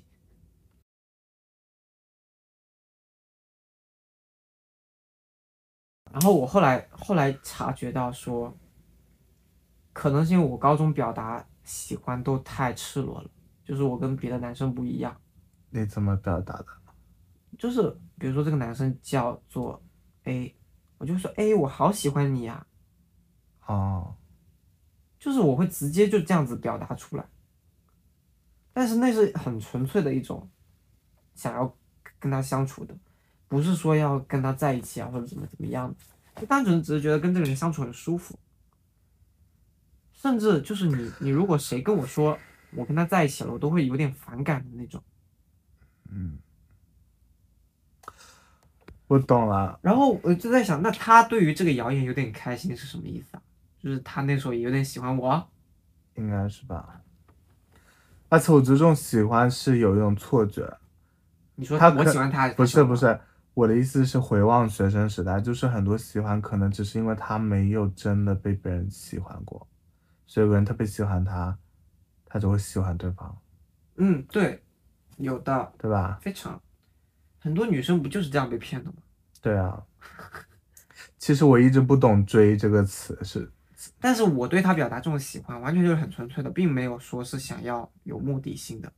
然后我后来后来察觉到说，可能是因为我高中表达喜欢都太赤裸了，就是我跟别的男生不一样，你怎么表达的？就是比如说这个男生叫做 A，我就说 A 我好喜欢你呀、啊哦，就是我会直接就这样子表达出来，但是那是很纯粹的一种想要跟他相处的，不是说要跟他在一起啊或者怎么怎么样的，就单纯只是觉得跟这个人相处很舒服。甚至就是你你如果谁跟我说我跟他在一起了，我都会有点反感的那种。嗯，我懂了。然后我就在想，那他对于这个谣言有点开心是什么意思啊？就是他那时候也有点喜欢我，应该是吧。而且我觉得这种喜欢是有一种错觉，你说他我可喜欢他，不他喜是欢不我，是，我的意思是回望学生时代，就是很多喜欢可能只是因为他没有真的被别人喜欢过，所以有个人特别喜欢他，他就会喜欢对方，嗯，对，有的。对吧？非常，很多女生不就是这样被骗的吗？对啊。 [LAUGHS] 其实我一直不懂“追”这个词是，但是我对他表达这种喜欢，完全就是很纯粹的，并没有说是想要有目的性的，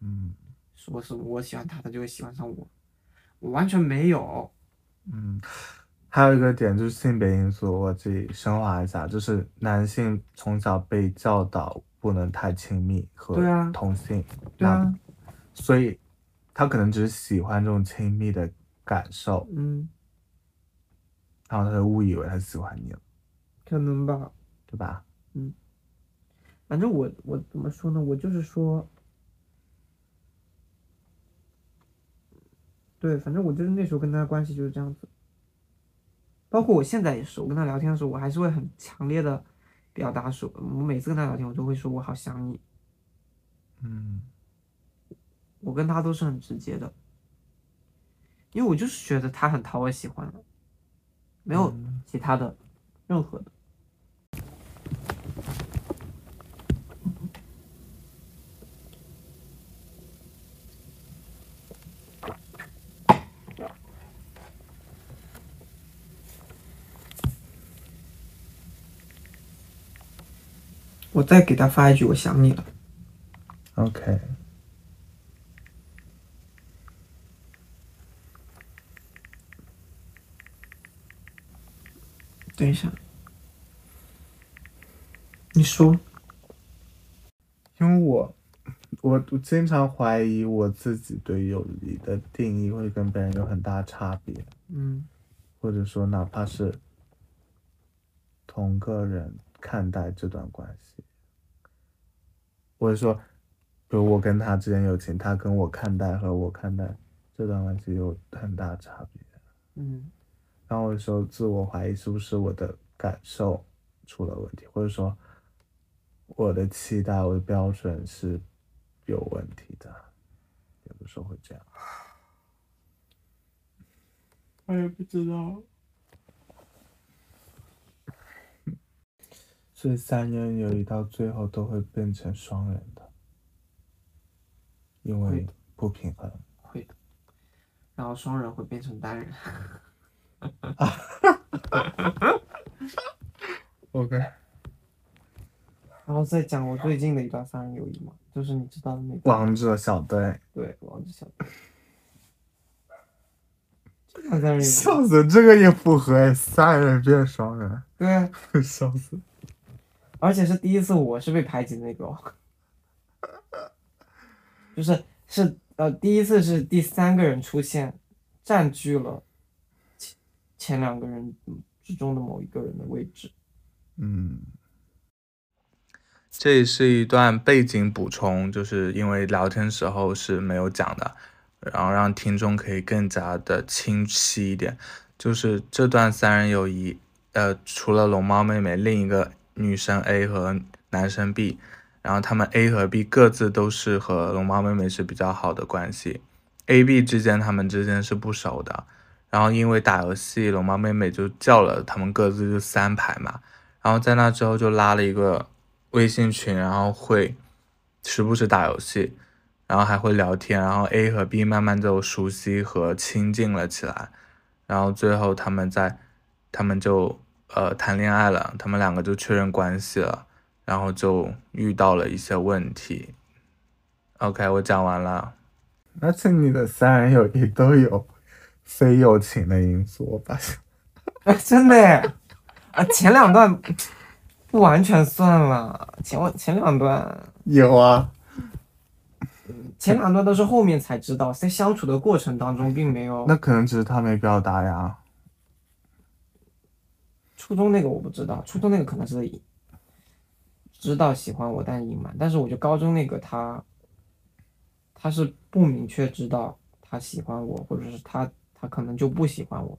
嗯说是我喜欢他，他就会喜欢上我，我完全没有。嗯，还有一个点就是性别因素，我自己升华一下，就是男性从小被教导不能太亲密和对啊同性，对啊，所以他可能只是喜欢这种亲密的感受，嗯，然后他就误以为他喜欢你了，可能吧。对吧？反正我我怎么说呢？我就是说，对，反正我就是那时候跟他关系就是这样子。包括我现在也是，我跟他聊天的时候，我还是会很强烈的表达说，我每次跟他聊天，我都会说我好想你。嗯，我跟他都是很直接的，因为我就是觉得他很讨我喜欢了，没有嗯其他的任何的。我再给他发一句“我想你了”。OK，等一下，你说。因为我我我经常怀疑我自己对友谊的定义会跟别人有很大差别，嗯或者说哪怕是同个人看待这段关系，或者说，比如我跟他之间友情，他跟我看待和我看待这段关系有很大差别。嗯然后有时候自我怀疑是不是我的感受出了问题，或者说我的期待、我的标准是有问题的，有的时候会这样。我也不知道。所以三人友谊到最后都会变成双人的，因会为的不平衡。会的，然后双人会变成单人。 OK，然后再讲我最近的一段三人友谊嘛，就是你知道的那个，王者小 [LAUGHS] 队，对，王志祥。这段三人友谊，笑死，这个也符合哎三人变双人， [LAUGHS] 对啊，笑死。而且是第一次我是被排挤的那个、哦，就是是呃第一次是第三个人出现，占据了前前两个人之中的某一个人的位置。嗯，这也是一段背景补充，就是因为聊天时候是没有讲的，然后让听众可以更加的清晰一点。就是这段三人友谊，呃，除了龙猫妹妹，另一个女生 A 和男生 B，然后他们 A 和 B 各自都是和龙猫妹妹是比较好的关系，A、B 之间他们之间是不熟的。然后因为打游戏，龙猫妹妹就叫了他们各自就三排嘛，然后在那之后就拉了一个微信群，然后会时不时打游戏，然后还会聊天，然后 A 和 B 慢慢就熟悉和亲近了起来，然后最后他们在他们就呃谈恋爱了，他们两个就确认关系了，然后就遇到了一些问题。OK，我讲完了。而且你的三人友谊都有非友情的因素，我发现。 [LAUGHS] 啊，真的耶！啊，前两段不完全算了，前我前两段有啊，前两段都是后面才知道，在相处的过程当中并没有。那可能只是他没表达呀。初中那个我不知道，初中那个可能是知道喜欢我，但隐瞒。但是我就高中那个他，他是不明确知道他喜欢我，或者是他他可能就不喜欢我，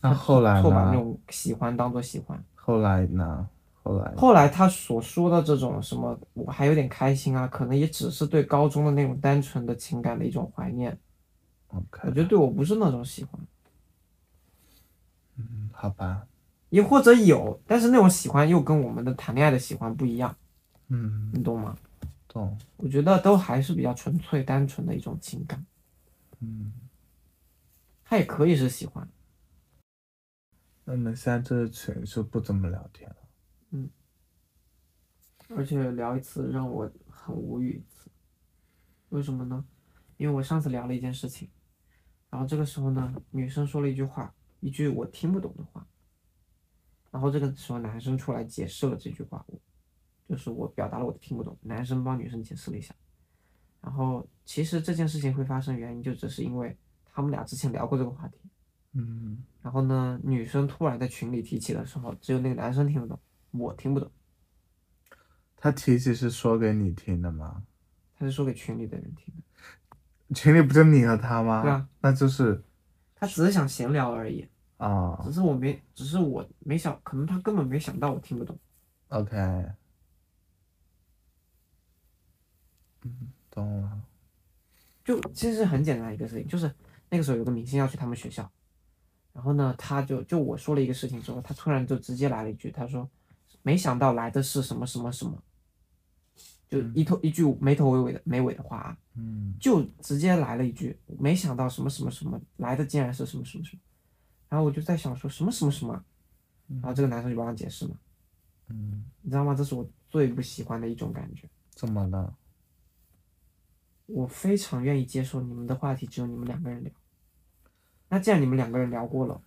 那后来后把那呢？种喜欢当做喜欢。后来呢？后来后来他所说的这种什么，我还有点开心啊，可能也只是对高中的那种单纯的情感的一种怀念。我，OK，觉得对我不是那种喜欢，嗯好吧，也或者有，但是那种喜欢又跟我们的谈恋爱的喜欢不一样，嗯，你懂吗？懂，我觉得都还是比较纯粹、单纯的一种情感，嗯，它也可以是喜欢。那你们现在这个群是不怎么聊天了，而且聊一次让我很无语一次，为什么呢？因为我上次聊了一件事情，然后这个时候呢，女生说了一句话，一句我听不懂的话，然后这个时候男生出来解释了这句话，我就是我表达了我听不懂，男生帮女生解释了一下，然后其实这件事情会发生原因就只是因为他们俩之前聊过这个话题，嗯，然后呢，女生突然在群里提起的时候，只有那个男生听得懂，我听不懂，他提起是说给你听的吗？他是说给群里的人听的，群里不就你和他吗？对啊，那就是他只是想闲聊而已，啊、只是我没，只是我没想，可能他根本没想到我听不懂。 o k 嗯，懂了。就其实很简单一个事情，就是那个时候有个明星要去他们学校，然后呢，他就就我说了一个事情之后，他突然就直接来了一句，他说没想到来的是什么什么什么，就一头一句没头没尾的没尾的话啊，嗯就直接来了一句没想到什么什么什么来的竟然是什么什么什么，然后我就在想说什么什么什么啊，然后这个男生就帮他解释嘛，嗯，你知道吗？这是我最不喜欢的一种感觉，怎么了？我非常愿意接受你们的话题只有你们两个人聊。那既然你们两个人聊过了，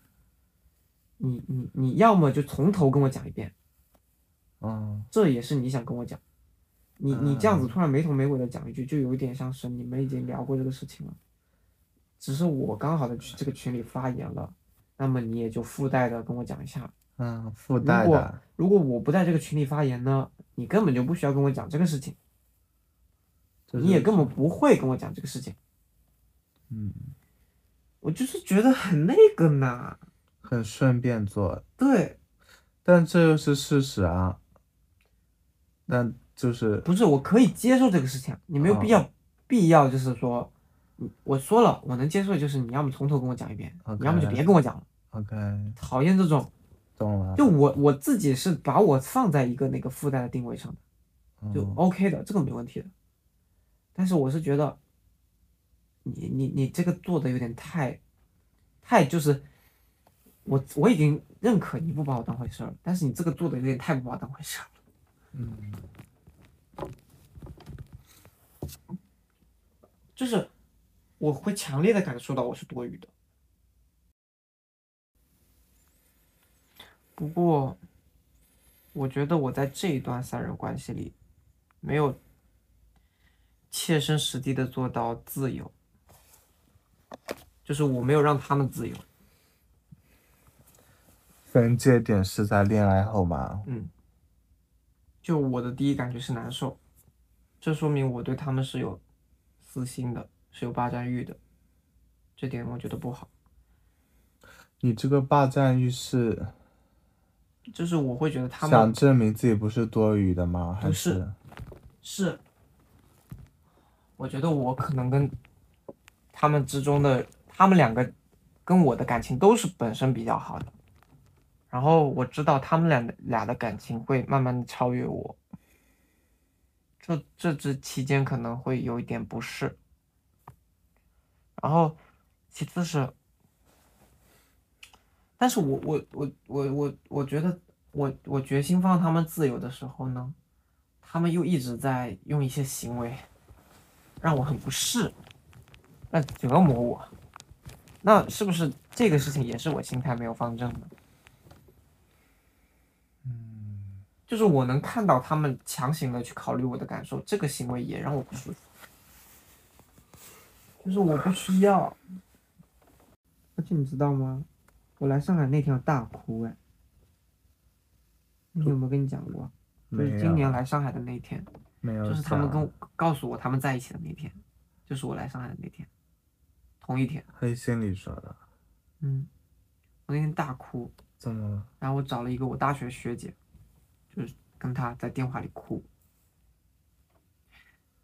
你你你要么就从头跟我讲一遍，嗯，这也是你想跟我讲。你你这样子突然没头没尾的讲一句，就有一点像是你们已经聊过这个事情了，只是我刚好在这个群里发言了，那么你也就附带的跟我讲一下。嗯，附带如的，如果我不在这个群里发言呢，你根本就不需要跟我讲这个事情，就是你也根本不会跟我讲这个事情。嗯，我就是觉得很那个呢。很顺便做，对，但这又是事实啊。但就是不是，我可以接受这个事情，你没有必要、必要就是说，你我说了，我能接受的就是你要么从头跟我讲一遍 OK 你要么就别跟我讲了， OK，讨厌这种。懂了。就我我自己是把我放在一个那个附带的定位上的，就哦嗯 OK 的，这个没问题的。但是我是觉得，你你你这个做的有点太，太就是，我我已经认可你不把我当回事儿了，但是你这个做的有点太不把我当回事儿了。嗯就是我会强烈的感受到我是多余的。不过，我觉得我在这一段三人关系里，没有切身实地的做到自由，就是我没有让他们自由。分界点是在恋爱后吗？嗯，就我的第一感觉是难受，这说明我对他们是有私心的，是有霸占欲的，这点我觉得不好。你这个霸占欲是就是我会觉得他想们证明自己不是多余的吗？还不是是，我觉得我可能跟他们之中的他们两个跟我的感情都是本身比较好的，然后我知道他们俩的俩的感情会慢慢的超越我，这这这期间可能会有一点不适，然后其次是，但是我我我我我我觉得我我决心放他们自由的时候呢。他们又一直在用一些行为让我很不适，那折磨我。那是不是这个事情也是我心态没有放正的？嗯，就是我能看到他们强行的去考虑我的感受，这个行为也让我不舒服。就是我不需要。而且你知道吗？我来上海那天我大哭哎，那天有没有跟你讲过？就没是有，今年来上海的那一天，没有，就是他们跟我告诉我他们在一起的那天，就是我来上海的那天，同一天。黑心里说的，嗯，我那天大哭，怎么了？然后我找了一个我大学学姐，就是跟她在电话里哭。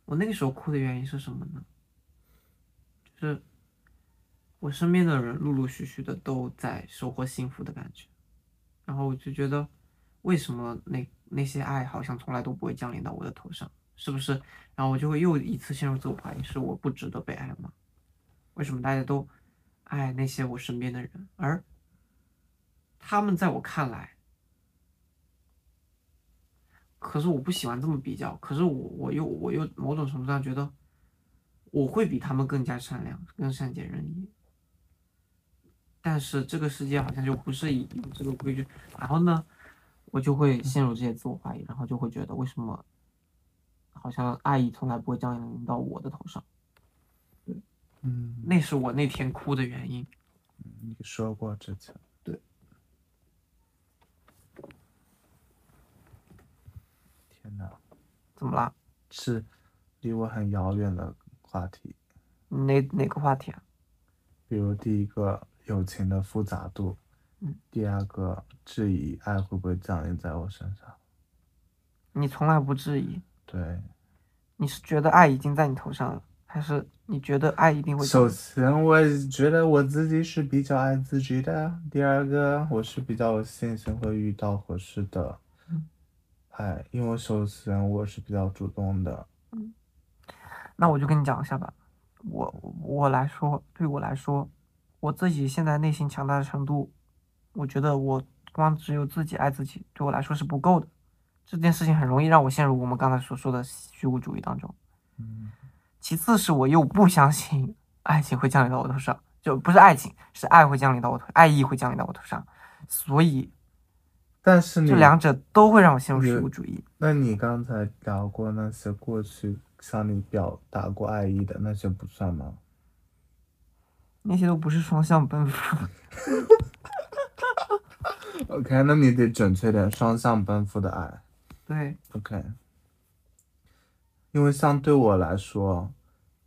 我那个时候哭的原因是什么呢？就是我身边的人陆陆续续的都在收获幸福的感觉，然后我就觉得，为什么那那些爱好像从来都不会降临到我的头上？是不是？然后我就会又一次陷入自我怀疑，是我不值得被爱吗？为什么大家都爱那些我身边的人，而他们在我看来，可是我不喜欢这么比较，可是我我又我又某种程度上觉得，我会比他们更加善良，更善解人意。但是这个世界好像就不是以这个规矩，然后呢，我就会陷入这些自我怀疑，然后就会觉得为什么好像爱意从来不会降临到我的头上，嗯，那是我那天哭的原因。你说过之前，对，天哪，怎么啦？是离我很遥远的话题。哪哪个话题啊？比如第一个友情的复杂度，嗯第二个质疑爱会不会降临在我身上，你从来不质疑，对。你是觉得爱已经在你头上了，还是你觉得爱一定会降首临？先，我觉得我自己是比较爱自己的。第二个，我是比较有信心会遇到合适的嗯。哎，因为首先我是比较主动的，那我就跟你讲一下吧，我我来说，对我来说，我自己现在内心强大的程度，我觉得我光只有自己爱自己，对我来说是不够的。这件事情很容易让我陷入我们刚才所说的虚无主义当中。嗯，其次是我又不相信爱情会降临到我头上，就不是爱情，是爱会降临到我头，爱意会降临到我头上，所以但是你这两者都会让我陷入虚你无主义。那你刚才聊过那些过去向你表达过爱意的那些不算吗？那些都不是双向奔赴， OK，那你得准确点，双向奔赴的爱。对， OK，因为像对我来说，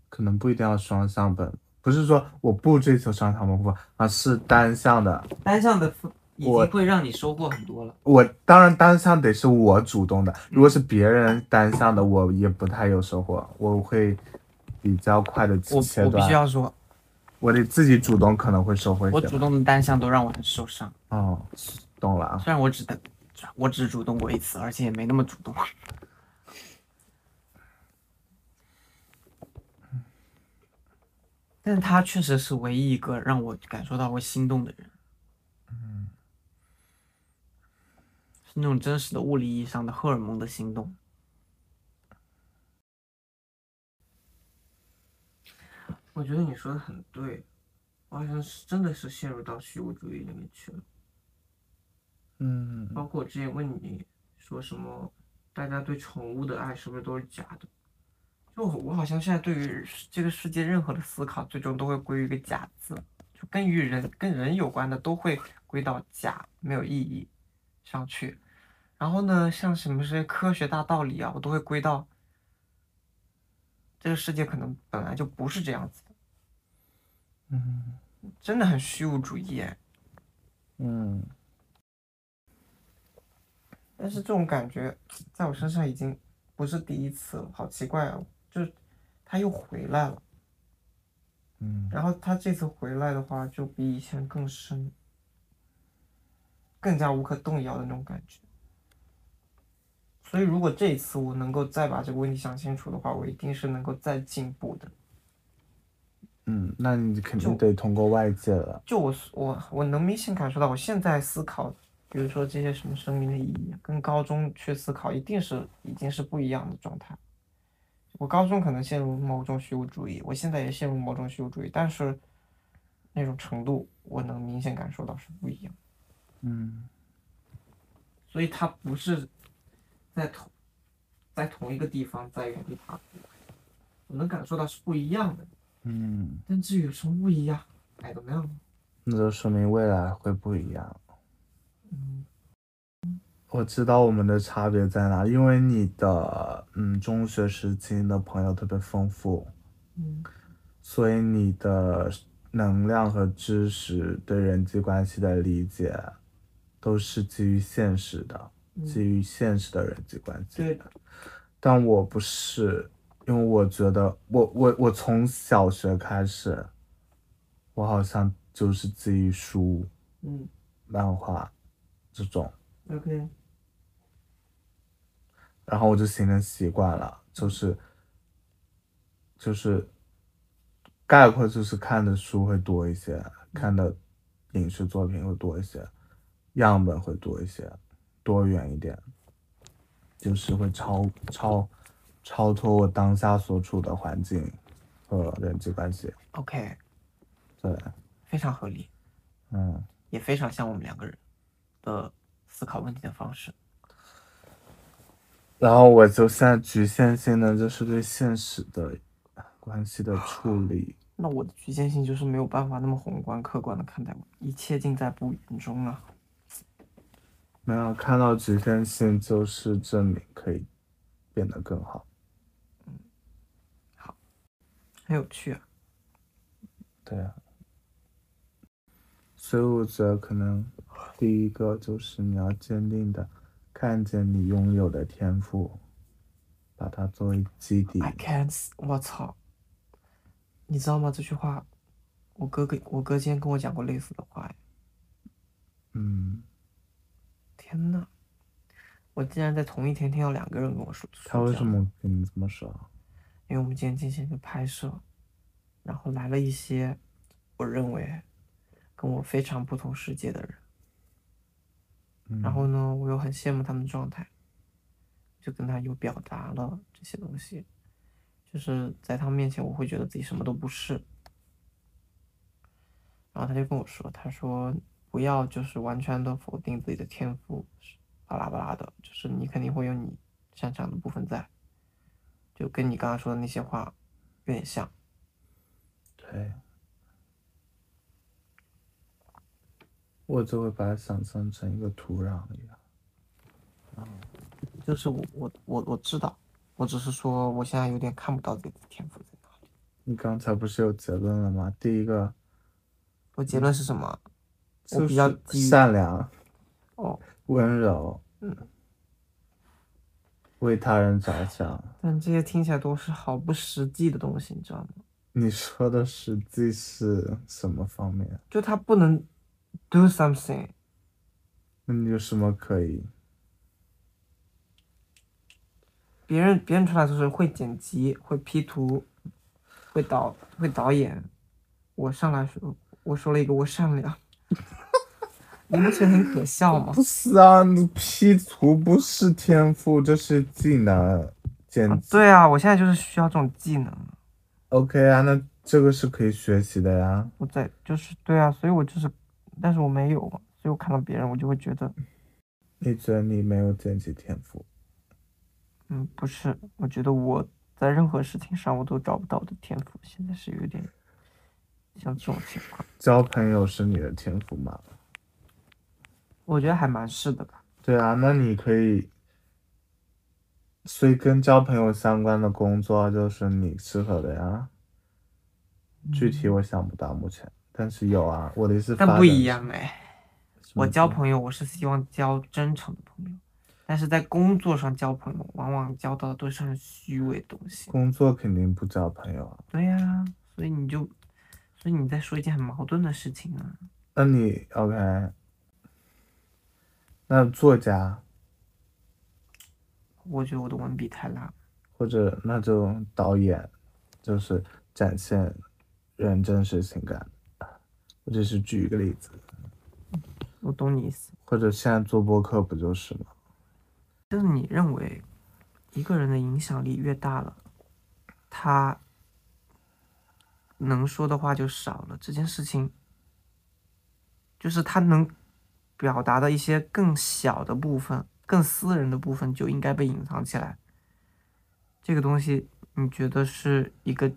可能不一定要双向奔，不是说我不追求双向奔赴，而是单向的。单向的分已我经会让你收获很多了。我当然单向得是我主动的，如果是别人单向的，我也不太有收获，我会比较快的我切我必须断。要说，我得自己主动可能会收获我一些主吧。动的单向都让我很受伤。哦，懂了啊。虽然我只的我只主动过一次，而且也没那么主动。但是他确实是唯一一个让我感受到过心动的人，是那种真实的物理意义上的荷尔蒙的心动。我觉得你说的很对，我好像是真的是陷入到虚无主义里面去了。嗯，包括我之前问你说什么，大家对宠物的爱是不是都是假的？就我我好像现在对于这个世界任何的思考，最终都会归于一个“假”字，就跟与人跟人有关的都会归到“假”没有意义上去。然后呢，像什么这些科学大道理啊，我都会归到这个世界可能本来就不是这样子的，嗯真的很虚无主义哎。嗯，但是这种感觉在我身上已经不是第一次了，好奇怪啊！就是他又回来了，嗯，然后他这次回来的话，就比以前更深，更加无可动摇的那种感觉。所以，如果这一次我能够再把这个问题想清楚的话，我一定是能够再进步的。嗯，那你肯定就得通过外界了。就我我我能明显感受到，我现在思考，比如说这些什么生命的意义啊，跟高中去思考一定是已经是不一样的状态。我高中可能陷入某种虚无主义，我现在也陷入某种虚无主义，但是那种程度我能明显感受到是不一样。嗯所以它不是在同在同一个地方，在原地踏步，我能感受到是不一样的。嗯，但至于有什么不一样，哎，怎么样？那就说明未来会不一样。嗯，我知道我们的差别在哪，因为你的嗯中学时期的朋友特别丰富，嗯所以你的能量和知识对人际关系的理解，都是基于现实的，基嗯，于现实的人际关系。对的，但我不是，因为我觉得我我我从小学开始，我好像就是基于书、嗯漫画这种。 ，OK。然后我就形成习惯了，就是就是概括就是看的书会多一些，看的影视作品会多一些，样本会多一些，多元一点，就是会超超超脱我当下所处的环境和人际关系。 OK，对，非常合理。嗯，也非常像我们两个人的思考问题的方式。然后我就现在局限性呢，就是对现实的关系的处理。那我的局限性就是没有办法那么宏观客观的看待一切尽在不言中啊。没有看到局限性，就是证明可以变得更好。很有趣啊，对啊，所以我觉得可能第一个就是你要坚定的看见你拥有的天赋，把它作为基底。 I can't，s- 我操！你知道吗？这句话，我哥跟我哥今天跟我讲过类似的话呀。嗯，天呐，我竟然在同一天听到两个人跟我说。他说为这什样么跟你这么说？因为我们今天进行一个拍摄，然后来了一些我认为跟我非常不同世界的人。嗯然后呢，我又很羡慕他们的状态，就跟他有表达了这些东西，就是在他们面前，我会觉得自己什么都不是。然后他就跟我说，他说不要就是完全的否定自己的天赋，巴拉巴拉的，就是你肯定会有你擅长的部分在，就跟你刚刚说的那些话有点像。对，我就会把它想象成一个土壤一样。就是我我我我知道，我只是说我现在有点看不到自己的天赋在哪里。你刚才不是有结论了吗？第一个我结论是什么？我就比较是基于善良、哦，温柔，嗯为他人着想。但这些听起来都是好不实际的东西，你知道吗？你说的实际是什么方面？就他不能 do something，那你有什么可以？别人别人出来就是会剪辑、会 P 图、会导会导演。我上来说，我说了一个我善良， [LAUGHS] 你们觉得很可 [LAUGHS] 笑吗？不是啊，你 P 图不是天赋，这是技能。简、啊对啊，我现在就是需要这种技能。 OK 啊，那这个是可以学习的呀。我在就是对啊，所以我就是，但是我没有嘛，所以我看到别人我就会觉得，你觉得你没有剪辑天赋？嗯，不是，我觉得我在任何事情上我都找不到我的天赋，现在是有点像这种情况，交朋友是你的天赋吗？我觉得还蛮是的吧。对啊，那你可以，所以跟交朋友相关的工作就是你适合的呀。 [LAUGHS] 具体我想不到目前，但是有啊，我的意思嗯但发不展一样哎，什么我交不朋友我是希望交真诚的朋友，但是在工作上交朋友，往往交到的都是很虚伪的东西。工作肯定不交朋友啊。对呀、所以你就，所以你在说一件很矛盾的事情啊。那你 OK？那作家我觉得我的文笔太烂，或者那就导演，就是展现人真实情感。我只是举一个例子，我懂你意思。或者现在做播客不就是吗？就是你认为一个人的影响力越大了，他能说的话就少了。这件事情，就是他能表达的一些更小的部分、更私人的部分就应该被隐藏起来。这个东西，你觉得是一个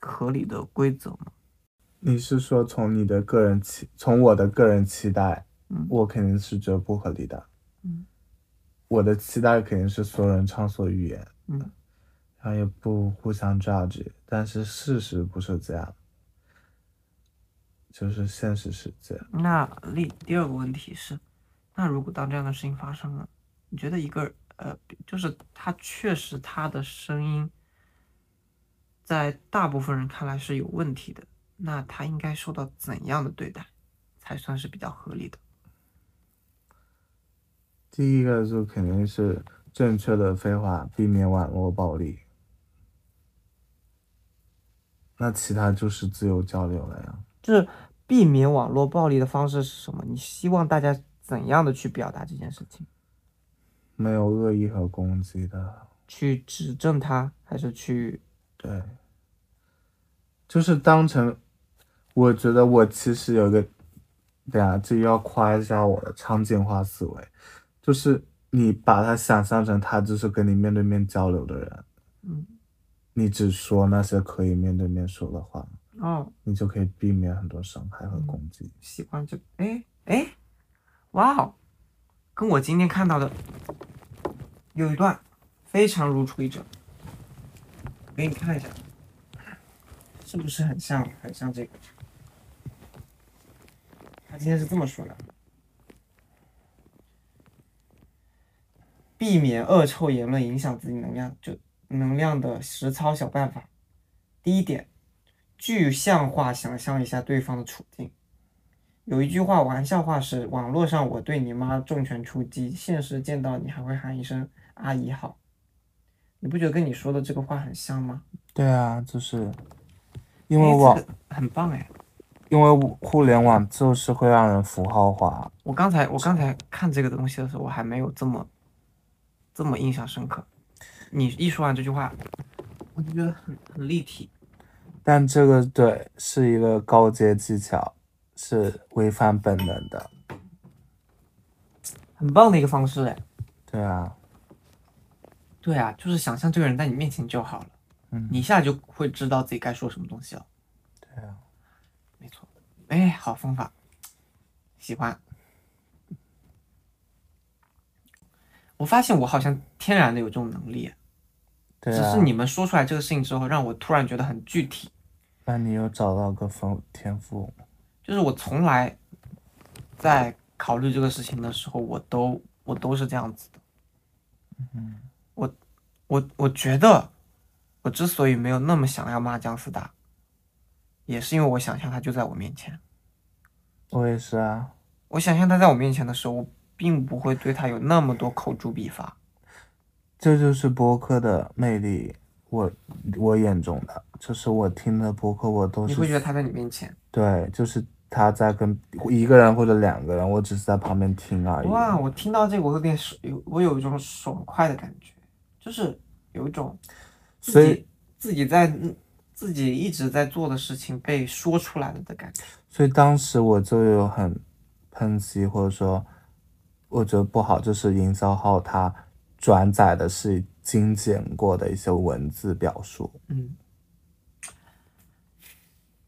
合理的规则吗？你是说从你的个人期，从我的个人期待，嗯我肯定是觉得不合理的。嗯，我的期待肯定是所有人畅所欲言，嗯，然后也不互相 judge，但是事实不是这样，就是现实世界。那第第二个问题是，那如果当这样的事情发生了，你觉得一个呃，就是他确实他的声音，在大部分人看来是有问题的，那他应该受到怎样的对待，才算是比较合理的？第一个就肯定是正确的废话，避免网络暴力。那其他就是自由交流了呀。就是避免网络暴力的方式是什么？你希望大家怎样的去表达这件事情？没有恶意和攻击的，去指正他，还是去对，就是当成，我觉得我其实有一个对啊，这又要夸一下我的常见化思维，就是你把他想象成他就是跟你面对面交流的人，嗯，你只说那些可以面对面说的话，哦，你就可以避免很多伤害和攻击。喜欢这，哎哎，哇哦，跟我今天看到的有一段非常如出一辙，我给你看一下，是不是很像很像这个？他今天是这么说的：避免恶臭言论影响自己能量，就能量的实操小办法。第一点，具象化想象一下对方的处境。有一句话，玩笑话是网络上我对你妈重拳出击，现实见到你还会喊一声阿姨好。你不觉得跟你说的这个话很像吗？对啊，就是因因为网、哎很棒哎，因为互联网就是会让人符号化，我刚才我刚才看这个东西的时候，我还没有这么这么印象深刻。你一说完这句话，我就觉得很很立体。但这个对是一个高阶技巧，是违反本能的。很棒的一个方式哎。对啊，对啊，就是想象这个人在你面前就好了，嗯你一下就会知道自己该说什么东西了。对啊，没错，哎，好方法，喜欢。我发现我好像天然的有这种能力，对只啊。是你们说出来这个事情之后，让我突然觉得很具体。那你有找到个丰天赋？就是我从来在考虑这个事情的时候，我都我都是这样子的。嗯我我我觉得我之所以没有那么想要骂姜思达，也是因为我想象他就在我面前。我也是啊，我想象他在我面前的时候，我并不会对他有那么多口诛笔伐。这就是播客的魅力。我我眼中的，就是我听的播客，我都你是会觉得他在你面前，对，就是他在跟一个人或者两个人，我只是在旁边听而已。哇！我听到这个，我有点爽有我有一种爽快的感觉，就是有一种自所以己自己在嗯自己一直在做的事情被说出来了的感觉。所以当时我就有很抨击，或者说我觉得不好，就是营销号它转载的是精简过的一些文字表述。嗯，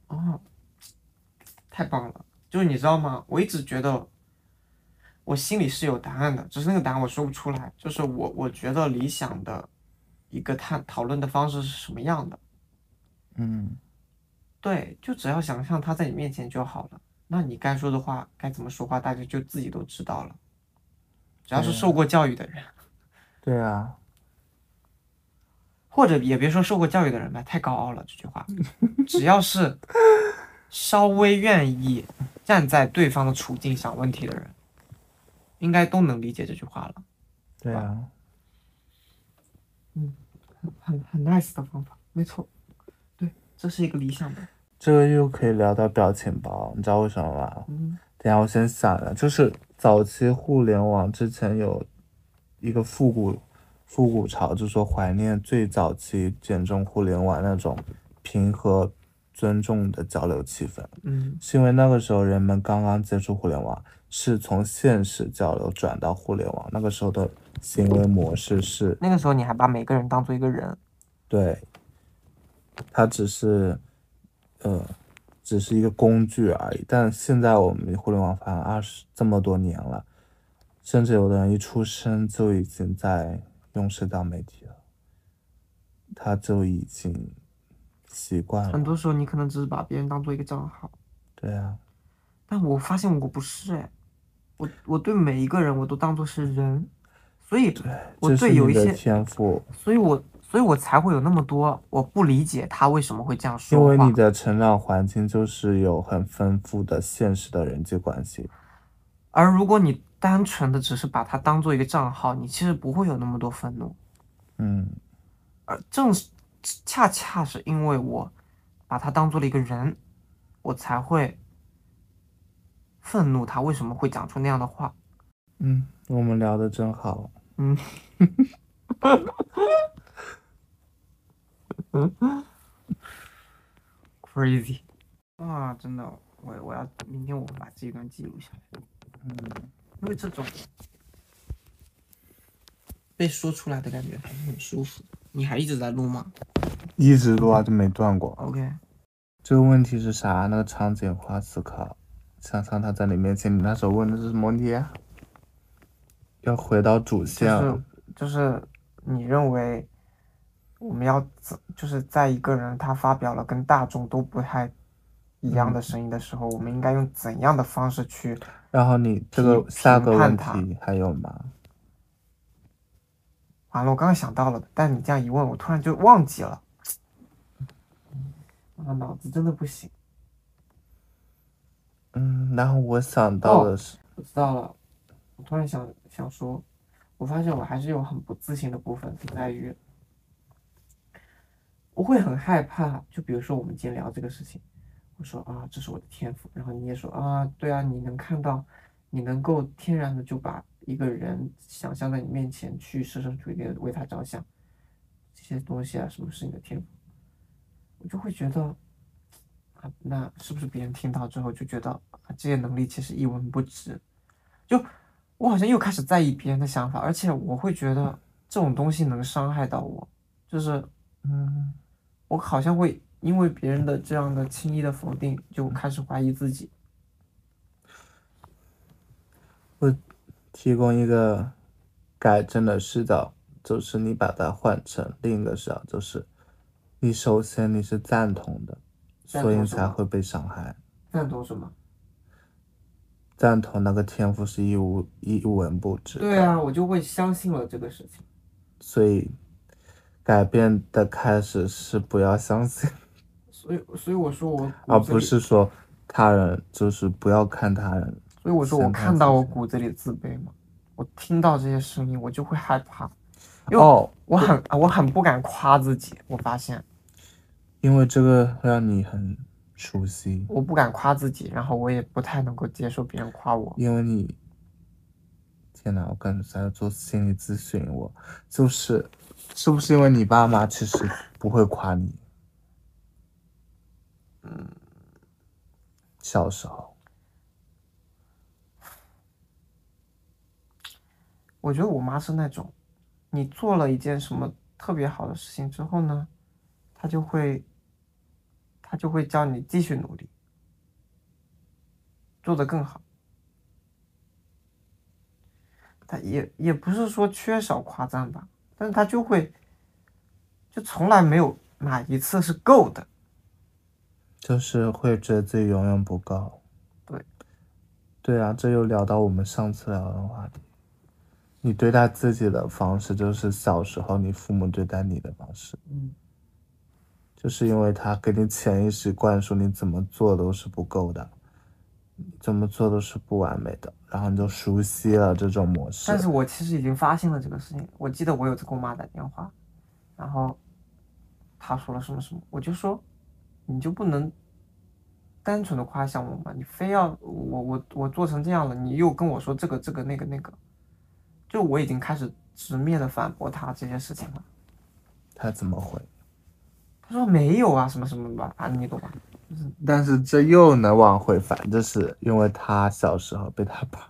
哦，太棒了！就是你知道吗？我一直觉得我心里是有答案的，只是那个答案我说不出来。就是我我觉得理想的一个探讨论的方式是什么样的？嗯，对，就只要想象他在你面前就好了。那你该说的话，该怎么说话，大家就自己都知道了。只要是对啊受过教育的人，对啊，或者也别说受过教育的人吧，太高傲了这句 [LAUGHS] 话。只要是稍微愿意站在对方的处境想问题的人，应该都能理解这句话了。对啊，很很 nice 的方法，没错，对，这是一个理想的。这个又可以聊到表情包，你知道为什么吗？嗯，等一下我先想了，就是早期互联网之前有一个复古复古潮，就说怀念最早期简中互联网那种平和、尊重的交流气氛，嗯，是因为那个时候人们刚刚接触互联网，是从现实交流转到互联网，那个时候的行为模式是那个时候你还把每个人当做一个人，对，它只是，呃，只是一个工具而已。但现在我们互联网发展二十这么多年了，甚至有的人一出生就已经在用社交媒体了，他就已经习惯很了。多时候你可能只是把别人当做一个账号，对啊，但我发现我不是哎，我我对每一个人我都当做是人，所以我这对是有你一的些天赋，所以我所以我才会有那么多我不理解他为什么会这样因说为话你。的成长环境就是有很丰富的现实的人际关系。而如果你单纯的只是把它当做一个账号，你其实不会有那么多愤怒。嗯，而正是恰恰是因为我把他当做了一个人，我才会愤怒他为什么会讲出那样的话。嗯，我们聊的真好。嗯，crazy，哇，真的，啊我我要明天我会把这一段记录下来，嗯，因为这种被说出来的感觉还是很舒服的。你还一直在录吗一直录啊就没断过。 ？OK，这个问题是啥？那个场景化思考，想想他在你面前，你那时候问的是什么问题啊？要回到主线了。就是你认为我们要怎就是在一个人他发表了跟大众都不太一样的声音的时候，我们应该用怎样的方式去？然后你这个评下个评判问他题还有吗？完了，我刚刚想到了，但你这样一问，我突然就忘记了。啊，脑子真的不行。嗯，然后我想到的是，我知道了，我突然想想说，我发现我还是有很不自信的部分在于，我会很害怕。就比如说我们今天聊这个事情，我说啊，这是我的天赋，然后你也说啊，对啊，你能看到，你能够天然的就把一个人想象在你面前去设身处地的为他着想，这些东西啊，什么是你的天赋，我就会觉得。啊，那是不是别人听到之后就觉得啊，这些能力其实一文不值？就我好像又开始在意别人的想法，而且我会觉得这种东西能伤害到我，就是嗯，我好像会因为别人的这样的轻易的否定，就开始怀疑自己。提供一个改正的视角，就是你把它换成另一个视角，就是你首先你是赞同的，赞所以同你什才么会被伤害。赞同什么？赞同那个天赋是一无一文不值。对啊，我就会相信了这个事情。所以改变的开始是不要相 [LAUGHS] 信，所以，所以我说我而骨子啊不里，是说他人，就是不要看他人。所以我说我先看看自到我己骨子里的自卑嘛，我听到这些声音，我就会害怕，因为哦，我很我很不敢夸自己，我发现。因为这个让你很熟悉，我不敢夸自己，然后我也不太能够接受别人夸我。因为你，天哪，我感觉在做心理咨询我，就是是不是因为你爸妈其实不会夸你？嗯，小时候。我觉得我妈是那种，你做了一件什么特别好的事情之后呢，她就会，她就会叫你继续努力，做得更好。她也也不是说缺少夸赞吧，但是她就会，就从来没有哪一次是够的。就是会觉得自己永远不够。对，对啊，这又聊到我们上次聊的话题。你对待自己的方式，就是小时候你父母对待你的方式，嗯，就是因为他给你潜意识灌输你怎么做都是不够的，你怎么做都是不完美的，然后你就熟悉了这种模式。但是我其实已经发现了这个事情。我记得我有次跟我妈打电话，然后她说了什么什么，我就说你就不能单纯的夸奖我吗？你非要我我我做成这样了，你又跟我说这个这个那个那个，就我已经开始直面的反驳她这些事情了。他怎么会？她说没有啊，什么什么吧，啊，你懂吧？但是这又能往回返，就是因为他小时候被他爸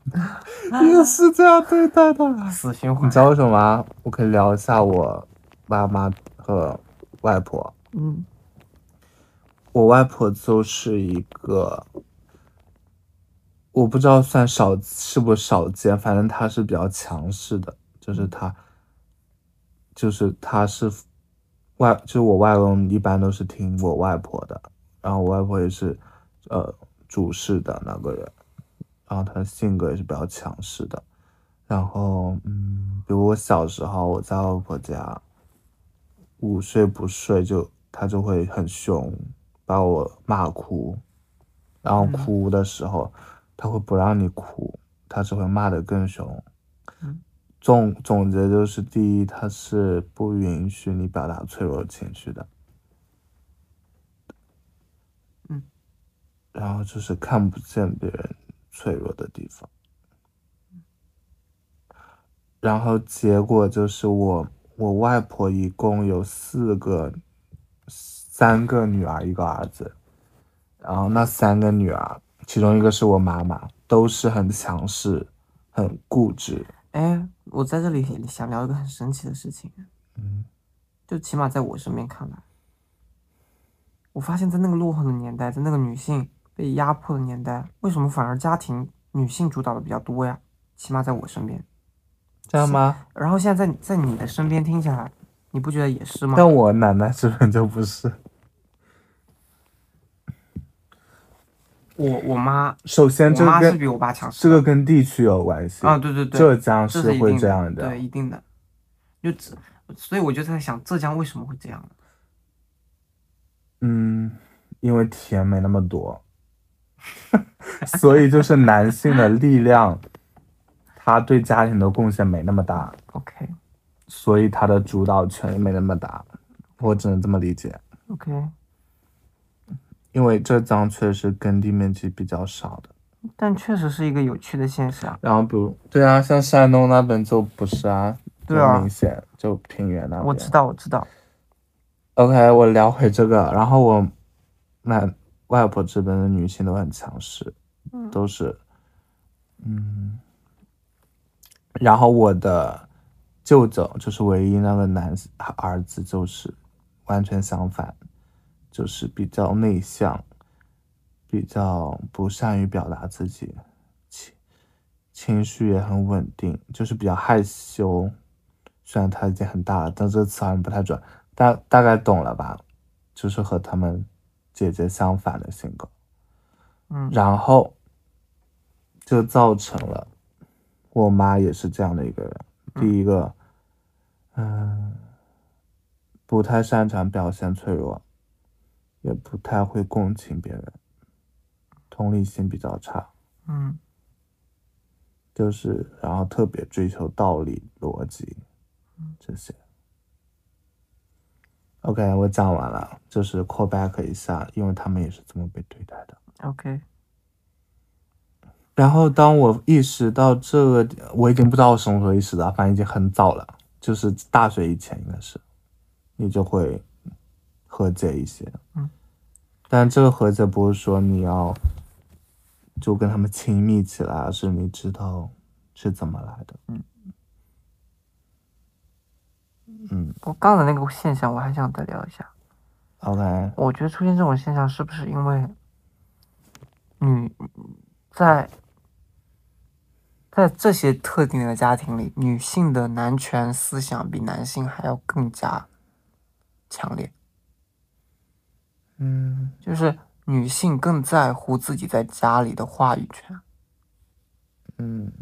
妈也是这样对待的啦。死循你环知。道为什么吗？我可以聊一下我爸妈和外婆。嗯我外婆就是一个，我不知道算少是不是少见，反正她是比较强势的，就是她，就是她是外，就是我外公一般都是听我外婆的，然后我外婆也是，呃，主事的那个人，然后她的性格也是比较强势的，然后嗯，比如我小时候我在外婆家，午睡不睡就她就会很凶，把我骂哭，然后哭的时候她会不让你哭，她只会骂得更凶嗯。总总结就是，第一，她是不允许你表达脆弱情绪的。嗯。然后就是看不见别人脆弱的地方。然后结果就是我我外婆一共有四个，三个女儿一个儿子，然后那三个女儿其中一个是我妈妈，都是很强势、很固执。哎，我在这里想聊一个很神奇的事情，啊嗯，就起码在我身边看来，我发现，在那个落后的年代，在那个女性被压迫的年代，为什么反而家庭女性主导的比较多呀？起码在我身边。这样吗？然后现在在在你的身边听起来，你不觉得也是吗？但我奶奶这本就不是。我我妈，首先，我这妈个是比跟我爸强势这个跟地区有关系啊，对对对，浙江这是是一会定这样的，对，一定的。就只所以我就在想，浙江为什么会这样呢？嗯，因为甜没那么多， [LAUGHS] 所以就是男性的力量，他对家庭的贡献没那么大， OK 所以他的主导权也没那么大，我只能这么理解。 OK，因为浙江确实耕地面积比较少的，但确实是一个有趣的现象。然后比如对啊，像山东那边就不是啊，对就啊明显就平原那边。我知道，我知道， OK，我聊回这个，然后我奶外婆这边的女性都很强势，嗯都是，嗯，然后我的舅舅就是唯一那个男儿子，就是完全相反，就是比较内向，比较不善于表达自己，情情绪也很稳定，就是比较害羞。虽然他已经很大了，但这个词好像不太准，大大概懂了吧？就是和他们姐姐相反的性格。嗯，然后就造成了我妈也是这样的一个人。第一个，嗯、不太擅长表现脆弱，也不太会共情别人，同理心比较差，嗯就是然后特别追求道理、逻辑这些。OK，我讲完了，就是 call back 一下，因为他们也是这么被对待的。 ，OK，然后当我意识到这个，我已经不知道我什么时候意识到，反正已经很早了，就是大学以前应该是，你就会和解一些。嗯，但这个和解不是说你要就跟他们亲密起来，而是你知道是怎么来的。嗯嗯我刚才那个现象，我还想再聊一下。 ，OK，我觉得出现这种现象，是不是因为女在在这些特定的家庭里，女性的男权思想比男性还要更加强烈？嗯，就是女性更在乎自己在家里的话语权，嗯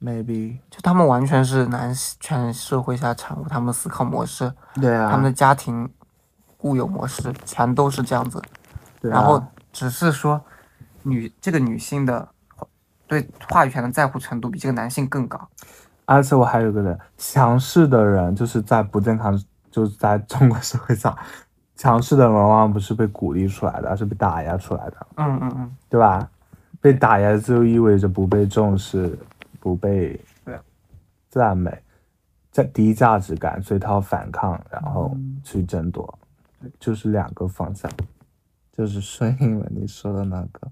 ，maybe，就他们完全是男权社会下产物，他们思考模式，对啊，他们的家庭固有模式全都是这样子，对啊然后只是说女这个女性的对话语权的在乎程度比这个男性更高。而且我还有一个人，强势的人就是在不健康，就是在中国社会上，强势的人往往不是被鼓励出来的，而是被打压出来的，嗯嗯嗯，对吧？被打压就意味着不被重视，不被对赞美，在低价值感，所以他要反抗，然后去争夺，就是两个方向，就是顺应了你说的那个，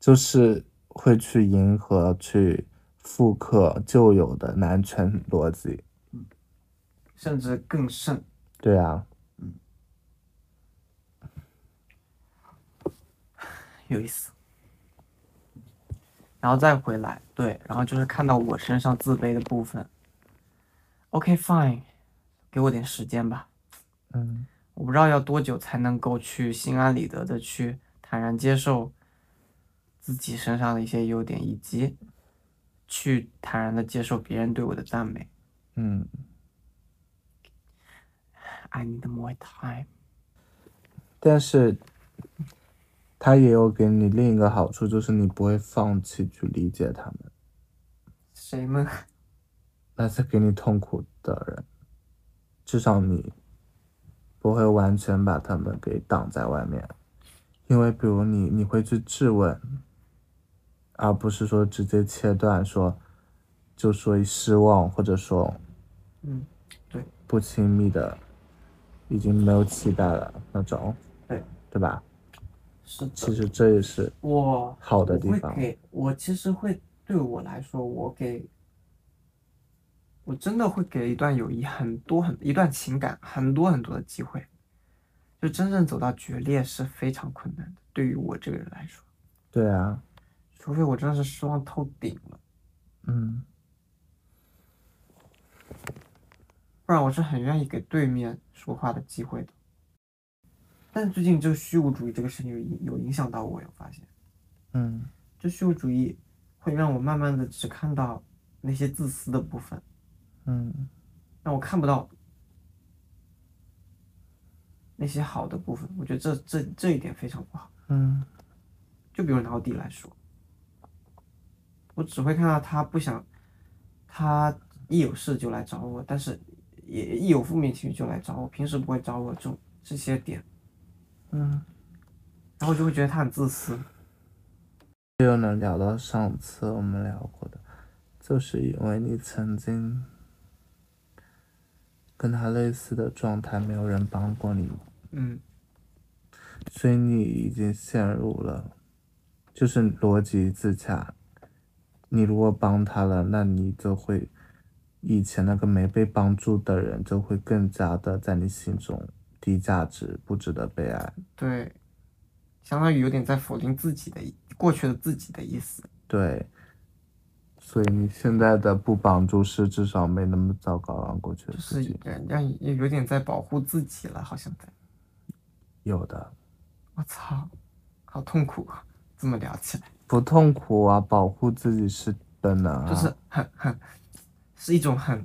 就是会去迎合、去复刻旧有的男权逻辑。甚至更甚。对啊，有意思。然后再回来，对，然后就是看到我身上自卑的部分。OK fine，给我点时间吧，嗯，我不知道要多久才能够去心安理得的去坦然接受自己身上的一些优点，以及去坦然的接受别人对我的赞美。嗯， I need more time。但是他也有给你另一个好处，就是你不会放弃去理解他们，谁们？那些给你痛苦的人，至少你不会完全把他们给挡在外面，因为比如你你会去质问，而不是说直接切断说，就说失望或者说嗯，对，不亲密的，已经没有期待了那种，对，对吧？是的，其实这也是我好的我地会方。给我其实会对我来说，我给我真的会给一段友谊很多很一段情感很多很多的机会，就真正走到决裂是非常困难的，对于我这个人来说，对啊，除非我真的是失望透顶了，嗯，不然我是很愿意给对面说话的机会的。但最近这个虚无主义这个事情有影有影响到我，有发现。嗯，就虚无主义会让我慢慢的只看到那些自私的部分，嗯，让我看不到那些好的部分。我觉得这这这一点非常不好。嗯，就比如老底来说，我只会看到他不想，他一有事就来找我，但是也一有负面情绪就来找我，平时不会找我这种这些点，嗯，然后我就会觉得他很自私。这又能聊到上次我们聊过的，就是因为你曾经跟他类似的状态，没有人帮过你，嗯，所以你已经陷入了，就是逻辑自洽。你如果帮他了，那你就会，以前那个没被帮助的人就会更加的在你心中低价值，不值得被爱。对，相当于有点在否定自己的过去的自己的意思。对，所以你现在的不帮助是至少没那么糟糕了。过去的就自是己让让也有点在保护自己了，好像在。有的我操，好痛苦啊！这么聊起来，不痛苦啊，保护自己是本能啊，就是很很，是一种很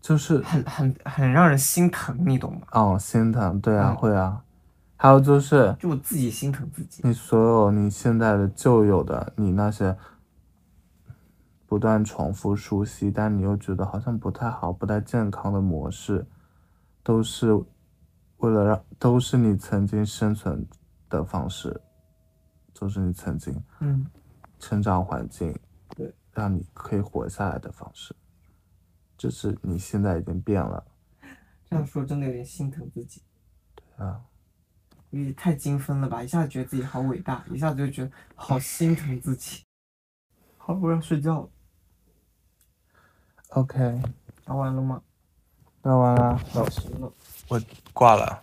就是很很很让人心疼，你懂吗？哦，心疼，对啊，嗯会啊，还有就是就我自己心疼自己。你所有你现在的旧有的你那些不断重复熟悉，但你又觉得好像不太好、不太健康的模式，都是为了让都是你曾经生存的方式，就是你曾经嗯，成长环境，对，让你可以活下来的方式，这是你现在已经变了这样说真的有点心疼自己，啊，因为太精分了吧，一下子觉得自己好伟大，一下子就觉得好心疼自己。好，我要睡觉了， OK，聊完了吗？那完了。老实了。挂了。